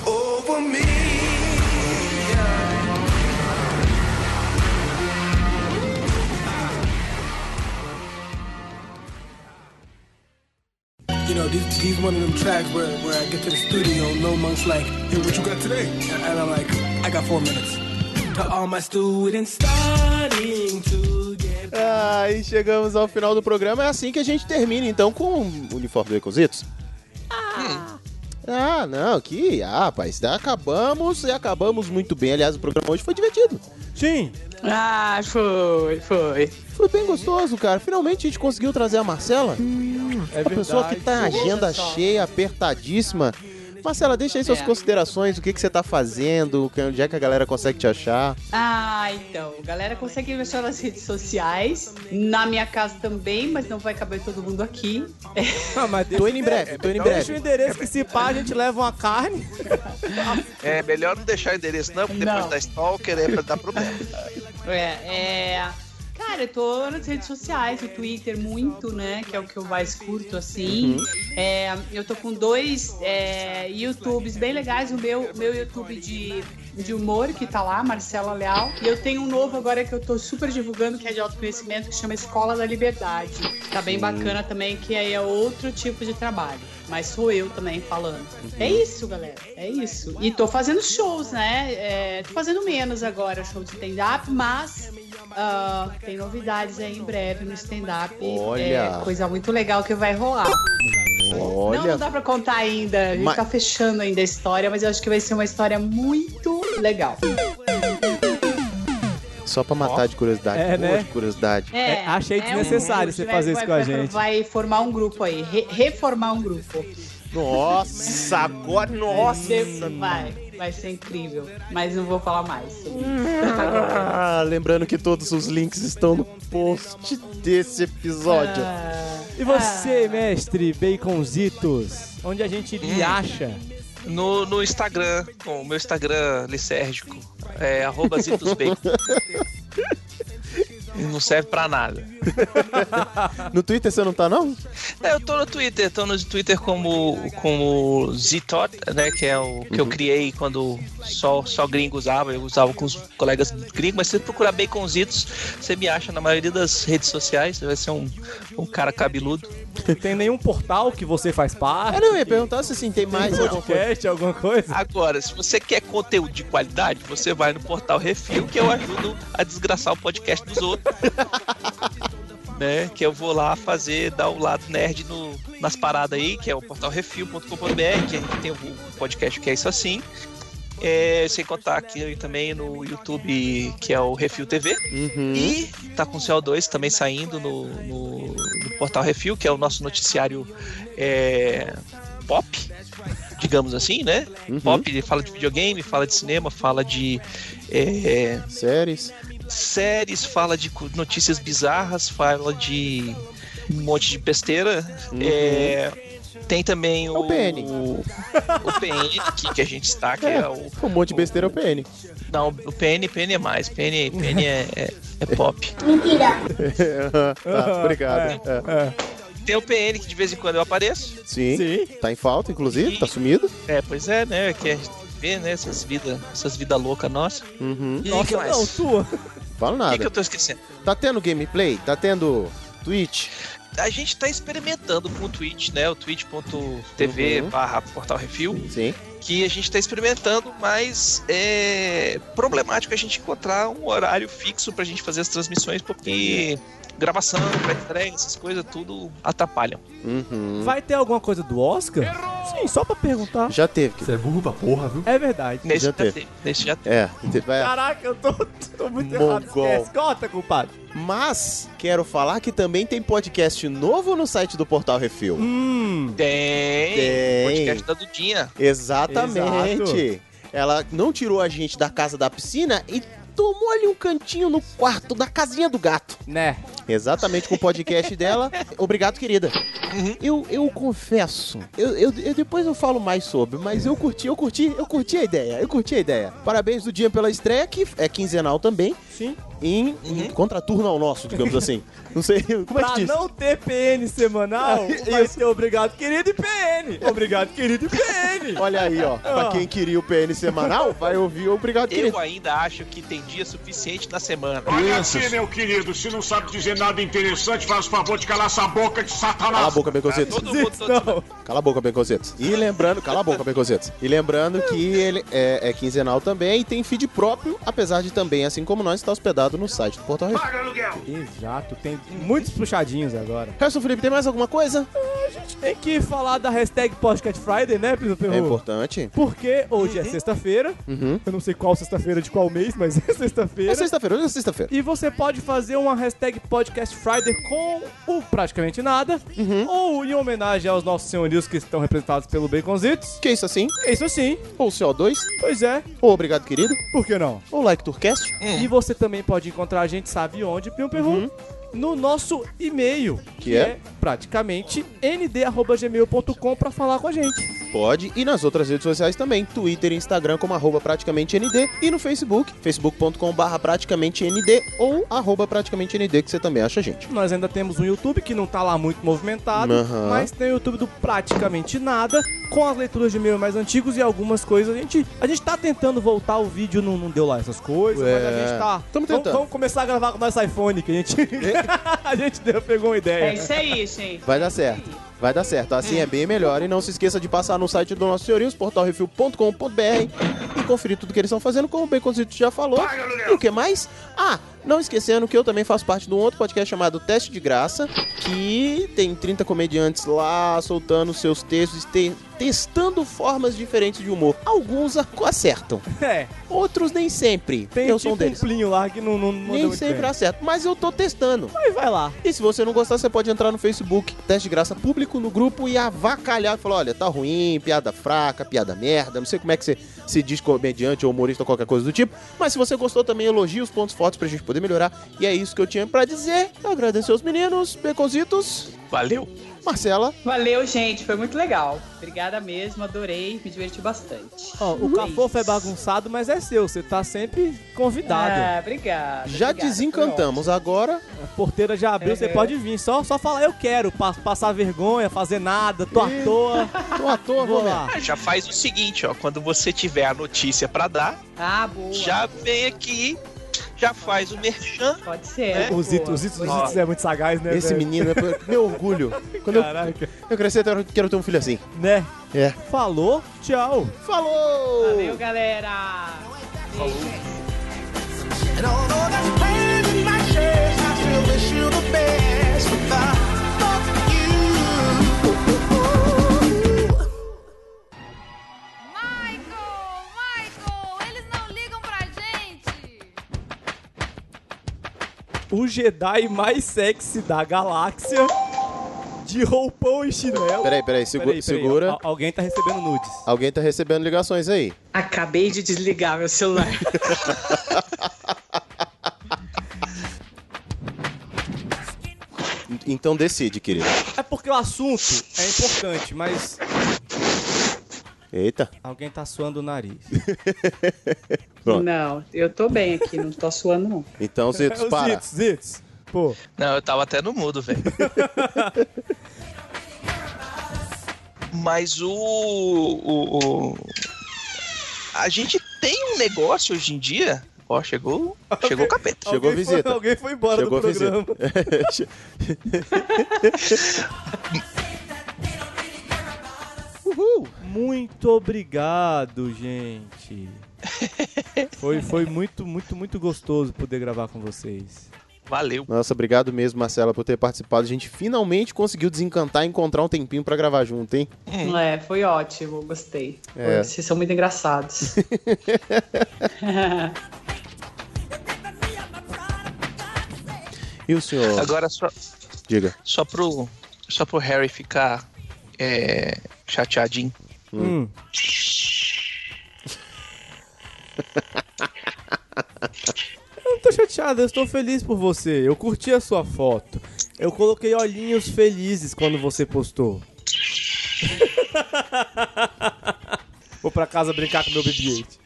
over me. You know, this, he's one of them tracks where, where I get to the studio, no monk's like, hey, what you got today? And, and I'm like, I got four minutes. To all my students starting to get Ah, e chegamos ao final do programa. É assim que a gente termina, então, com o uniforme do Ecositos. Ah, não, que. Ah, rapaz, acabamos e acabamos muito bem. Aliás, o programa hoje foi divertido. Sim. Ah, foi, foi. Foi bem gostoso, cara. Finalmente a gente conseguiu trazer a Marcela. é Uma pessoa verdade. que tá a agenda Olha só. cheia, apertadíssima. Marcela, deixa aí suas É. considerações, o que, que você tá fazendo, onde é que a galera consegue te achar. Ah, então, galera, consegue me achar nas redes sociais, na minha casa também, mas não vai caber todo mundo aqui. É. Ah, mas Tô indo em breve, tô indo em Deixa o breve. endereço que se pá, a gente leva uma carne. É melhor não deixar o endereço, não, porque depois Não. da Stalker é pra dar problema. É, é. Cara, eu tô nas redes sociais, no Twitter muito, né? Que é o que eu mais curto, assim. Uhum. É, eu tô com dois é, YouTubes bem legais. O meu, o meu YouTube de, de humor, que tá lá, Marcela Leal. E eu tenho um novo agora que eu tô super divulgando, que é de autoconhecimento, que chama Escola da Liberdade. Tá bem Hum. bacana também, que aí é outro tipo de trabalho. Mas sou eu também falando. É isso, galera. É isso. E tô fazendo shows, né? É, tô fazendo menos agora, show de stand-up, mas ah, tem novidades aí em breve no stand-up. Olha. É, coisa muito legal que vai rolar. Não, Olha. não dá pra contar ainda. A gente Mas- tá fechando ainda a história, mas eu acho que vai ser uma história muito legal. Só pra matar de curiosidade, É, é, né? de curiosidade. É, achei é um desnecessário você vai- fazer isso vai- com a vai- gente. Vai formar um grupo aí, re- reformar um grupo. Nossa, agora, nossa. Vai, Hum. Hum. vai ser incrível. Mas não vou falar mais. sobre isso. Ah, lembrando que todos os links estão no post desse episódio. E você, mestre Baconzitos? Ah. Onde a gente lhe Hum. acha? No, no Instagram, com o meu Instagram lisérgico, é arroba zitosbacon. Não serve pra nada. No Twitter você não tá, não? É, eu tô no Twitter, tô no Twitter como, como Zitot, né? Que é o que eu criei quando só, só gringo usava, eu usava com os colegas gringos, mas se você procurar baconzitos, você me acha na maioria das redes sociais, você vai ser um, um cara cabeludo. Tem nenhum portal que você faz parte? Eu Ah, não, eu ia perguntar se assim, tem mais alguma coisa. podcast, alguma coisa? Agora, se você quer conteúdo de qualidade, você vai no portal Refil, que eu ajudo a desgraçar o podcast dos outros. né? Que eu vou lá fazer, dar o lado nerd no, nas paradas aí, que é o portal refil.com.br, que a gente tem o podcast que é isso assim. É, sem contar aqui também no YouTube, que é o Refil TV. E tá com o CO2 também saindo no, no, no portal Refil, que é o nosso noticiário é, pop, digamos assim, né? Uhum. Pop, ele fala de videogame, fala de cinema, fala de. é, Séries. séries, fala de co- notícias bizarras, fala de um monte de besteira. É, tem também o, Uhum. É o PN. o, PN aqui que a gente está, que é, o. Um monte de besteira é o PN. Não, o PN, PN é mais, PN, PN é, é, é pop. Mentira. tá, obrigado. É, Tem o PN que de vez em quando eu apareço. Sim, Tá em falta, inclusive, tá sumido. É, pois é, né? Que a gente vê, né? Essas vidas essas vida loucas nossas. Uhum. E o que mais? sua. Falo O nada. que, que eu tô esquecendo? Tá tendo gameplay? Tá tendo Twitch? a gente tá experimentando com o Twitch, né? O twitch.tv Uhum. barra portal refil. Sim. Que a gente tá experimentando, mas é problemático a gente encontrar um horário fixo pra gente fazer as transmissões, porque gravação, pré-entrega, essas coisas, tudo atrapalham. Uhum. Vai ter alguma coisa do Oscar? Sim, só pra perguntar. Já teve. que- é burro pra porra, viu? É verdade. Nesse Já já teve. teve. Nesse já teve. É, vai. Caraca, eu tô, tô muito errado. Mongol. Esquece. Corta, compadre. Mas quero falar que também tem podcast novo no site do Portal Refil. Hum. Tem. Tem. Podcast da Dudinha. Exatamente. Ela não tirou a gente da casa da piscina e tomou ali um cantinho no quarto da casinha do gato. Né? Exatamente com o podcast dela. Obrigado, querida. Eu, eu confesso, eu, eu- eu- depois eu falo mais sobre, mas eu curti, eu curti, eu curti a ideia, eu curti a ideia. Parabéns do dia pela estreia, que é quinzenal também. Sim. Em, em contraturno ao nosso, digamos assim. Não sei, como é Pra que diz? não ter PN semanal, vai ter obrigado, querido e PN. Obrigado, querido e PN. Olha aí, ó. Pra quem queria o PN semanal, vai ouvir o Obrigado, querido. Eu ainda acho que tem dia suficiente na semana. Olha aqui, meu querido, se não sabe dizer nada interessante, faz o favor de calar essa boca de Cala a satanás. boca, Beconzitos. Todo mundo, todo mundo. Cala a boca, Beconzitos. E lembrando, cala a boca, Beconzitos. E lembrando que ele é, é quinzenal também e tem feed próprio, apesar de também, assim como nós, estar hospedado no site do Portal Refil. Exato, tem muitos puxadinhos agora. Harrison Felipe, tem mais alguma coisa? Tem que falar da hashtag Podcast Friday, né, Pedro Perro? É importante. Porque hoje é sexta-feira. Uhum. Eu não sei qual sexta-feira de qual mês, mas é sexta-feira. É sexta-feira, hoje é sexta-feira. E você pode fazer uma hashtag Podcast Friday com o Praticamente Nada. Ou em homenagem aos nossos senhorios que estão representados pelo Baconzitos. Que isso assim? É isso sim. Ou CO2, Pois é. ou Obrigado Querido, Por que não? ou Like Tourcast. E você também pode encontrar a gente, sabe onde, Primo Perru? No nosso e-mail, que, é? praticamente nd.gmail.com pra falar com a gente. Pode. E nas outras redes sociais também. Twitter e Instagram como arroba praticamente ND. E no Facebook, facebook.com barra praticamente ND ou arroba praticamente ND, que você também acha a gente. Nós ainda temos um YouTube que não tá lá muito movimentado, Aham. mas tem o YouTube do Praticamente Nada, com as leituras de e-mail mais antigos e algumas coisas. A gente, a gente tá tentando voltar o vídeo, não, não deu lá essas coisas, mas a É. gente tá. Tamo Vamos- tentando. Vamos começar a gravar com o nosso iPhone, que a gente. a gente deu, pegou uma É ideia. isso aí, gente. Vai dar certo. Vai dar certo. Assim é bem melhor. E não se esqueça de passar no site do nosso senhorio, portalrefil.com.br e conferir tudo que eles estão fazendo, como o Baconzito já falou. E o que mais? Ah, não esquecendo que eu também faço parte de um outro podcast chamado Teste de Graça, que tem 30 comediantes lá soltando seus textos, te- testando formas diferentes de humor. Alguns ac- acertam, É, outros nem sempre. tem eu tipo sou um um deles. plinho lá que não, não mandou Nem muito sempre é. bem. acerto, mas eu tô testando. Mas vai lá. E se você não gostar, você pode entrar no Facebook, teste de graça público no grupo e avacalhar. Falar, olha, tá ruim, piada fraca, piada merda, não sei como é que você se diz comediante ou humorista ou qualquer coisa do tipo. Mas se você gostou também, elogie os pontos fortes pra gente poder melhorar. E é isso que eu tinha pra dizer. Eu agradeço aos meninos, beconzitos. Valeu. Marcela. Valeu, gente. Foi muito legal. Obrigada mesmo, adorei. Me diverti bastante. Ó, o Cafofo é bagunçado, mas é seu. Você tá sempre convidado. Ah, obrigada. Já obrigada, desencantamos agora. A porteira já abriu, você Uhum. pode vir. Só, só falar eu quero, pa- passar vergonha, fazer nada, tô à toa. Tô à toa, vou lá. Ah, já faz o seguinte, ó. Quando você tiver a notícia pra dar, Ah, boa. já vem aqui, já faz o merchan. Pode ser. Né? O Zito, o Zito, o Zito é muito sagaz, né? Esse velho? menino é meu orgulho. Quando eu, eu crescer, eu quero- quero ter um filho assim. Né? É. Falou, tchau. Falou! Valeu, galera. And although there's pain in my chest, I still wish you the best. But I love you. Michael, eles não ligam pra gente. O Jedi mais sexy da galáxia. De roupão e chinelo. Peraí, peraí, segu- segura. Al- alguém tá recebendo nudes. Alguém tá recebendo ligações aí. Acabei de desligar meu celular. Então decide, querido. É porque o assunto é importante, mas Eita. alguém tá suando o nariz. Pronto. Não, eu tô bem aqui, não tô suando não. Então, É Zitos, para. Zitos. Pô. Não, eu tava até no mudo, velho. Mas o, o, o- A gente tem um negócio hoje em dia. Ó, chegou. Chegou o capeta. Chegou a visita. Chegou a visita. Uhul. Muito obrigado, gente. Foi, foi muito, muito, muito gostoso poder gravar com vocês. Valeu. Nossa, obrigado mesmo, Marcela, por ter participado. A gente finalmente conseguiu desencantar e encontrar um tempinho pra gravar junto, hein? É, foi ótimo, gostei. É. Vocês são muito engraçados. E o senhor? Agora só, Diga. só pro. Só pro Harry ficar é, chateadinho. Hum. Eu não tô chateado, eu estou feliz por você. Eu curti a sua foto. Eu coloquei olhinhos felizes quando você postou. Vou pra casa brincar com meu BB-8.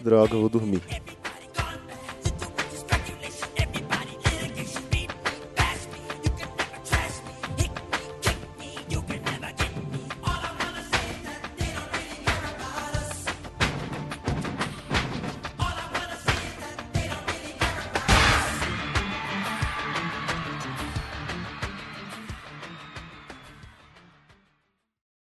Droga, eu vou dormir.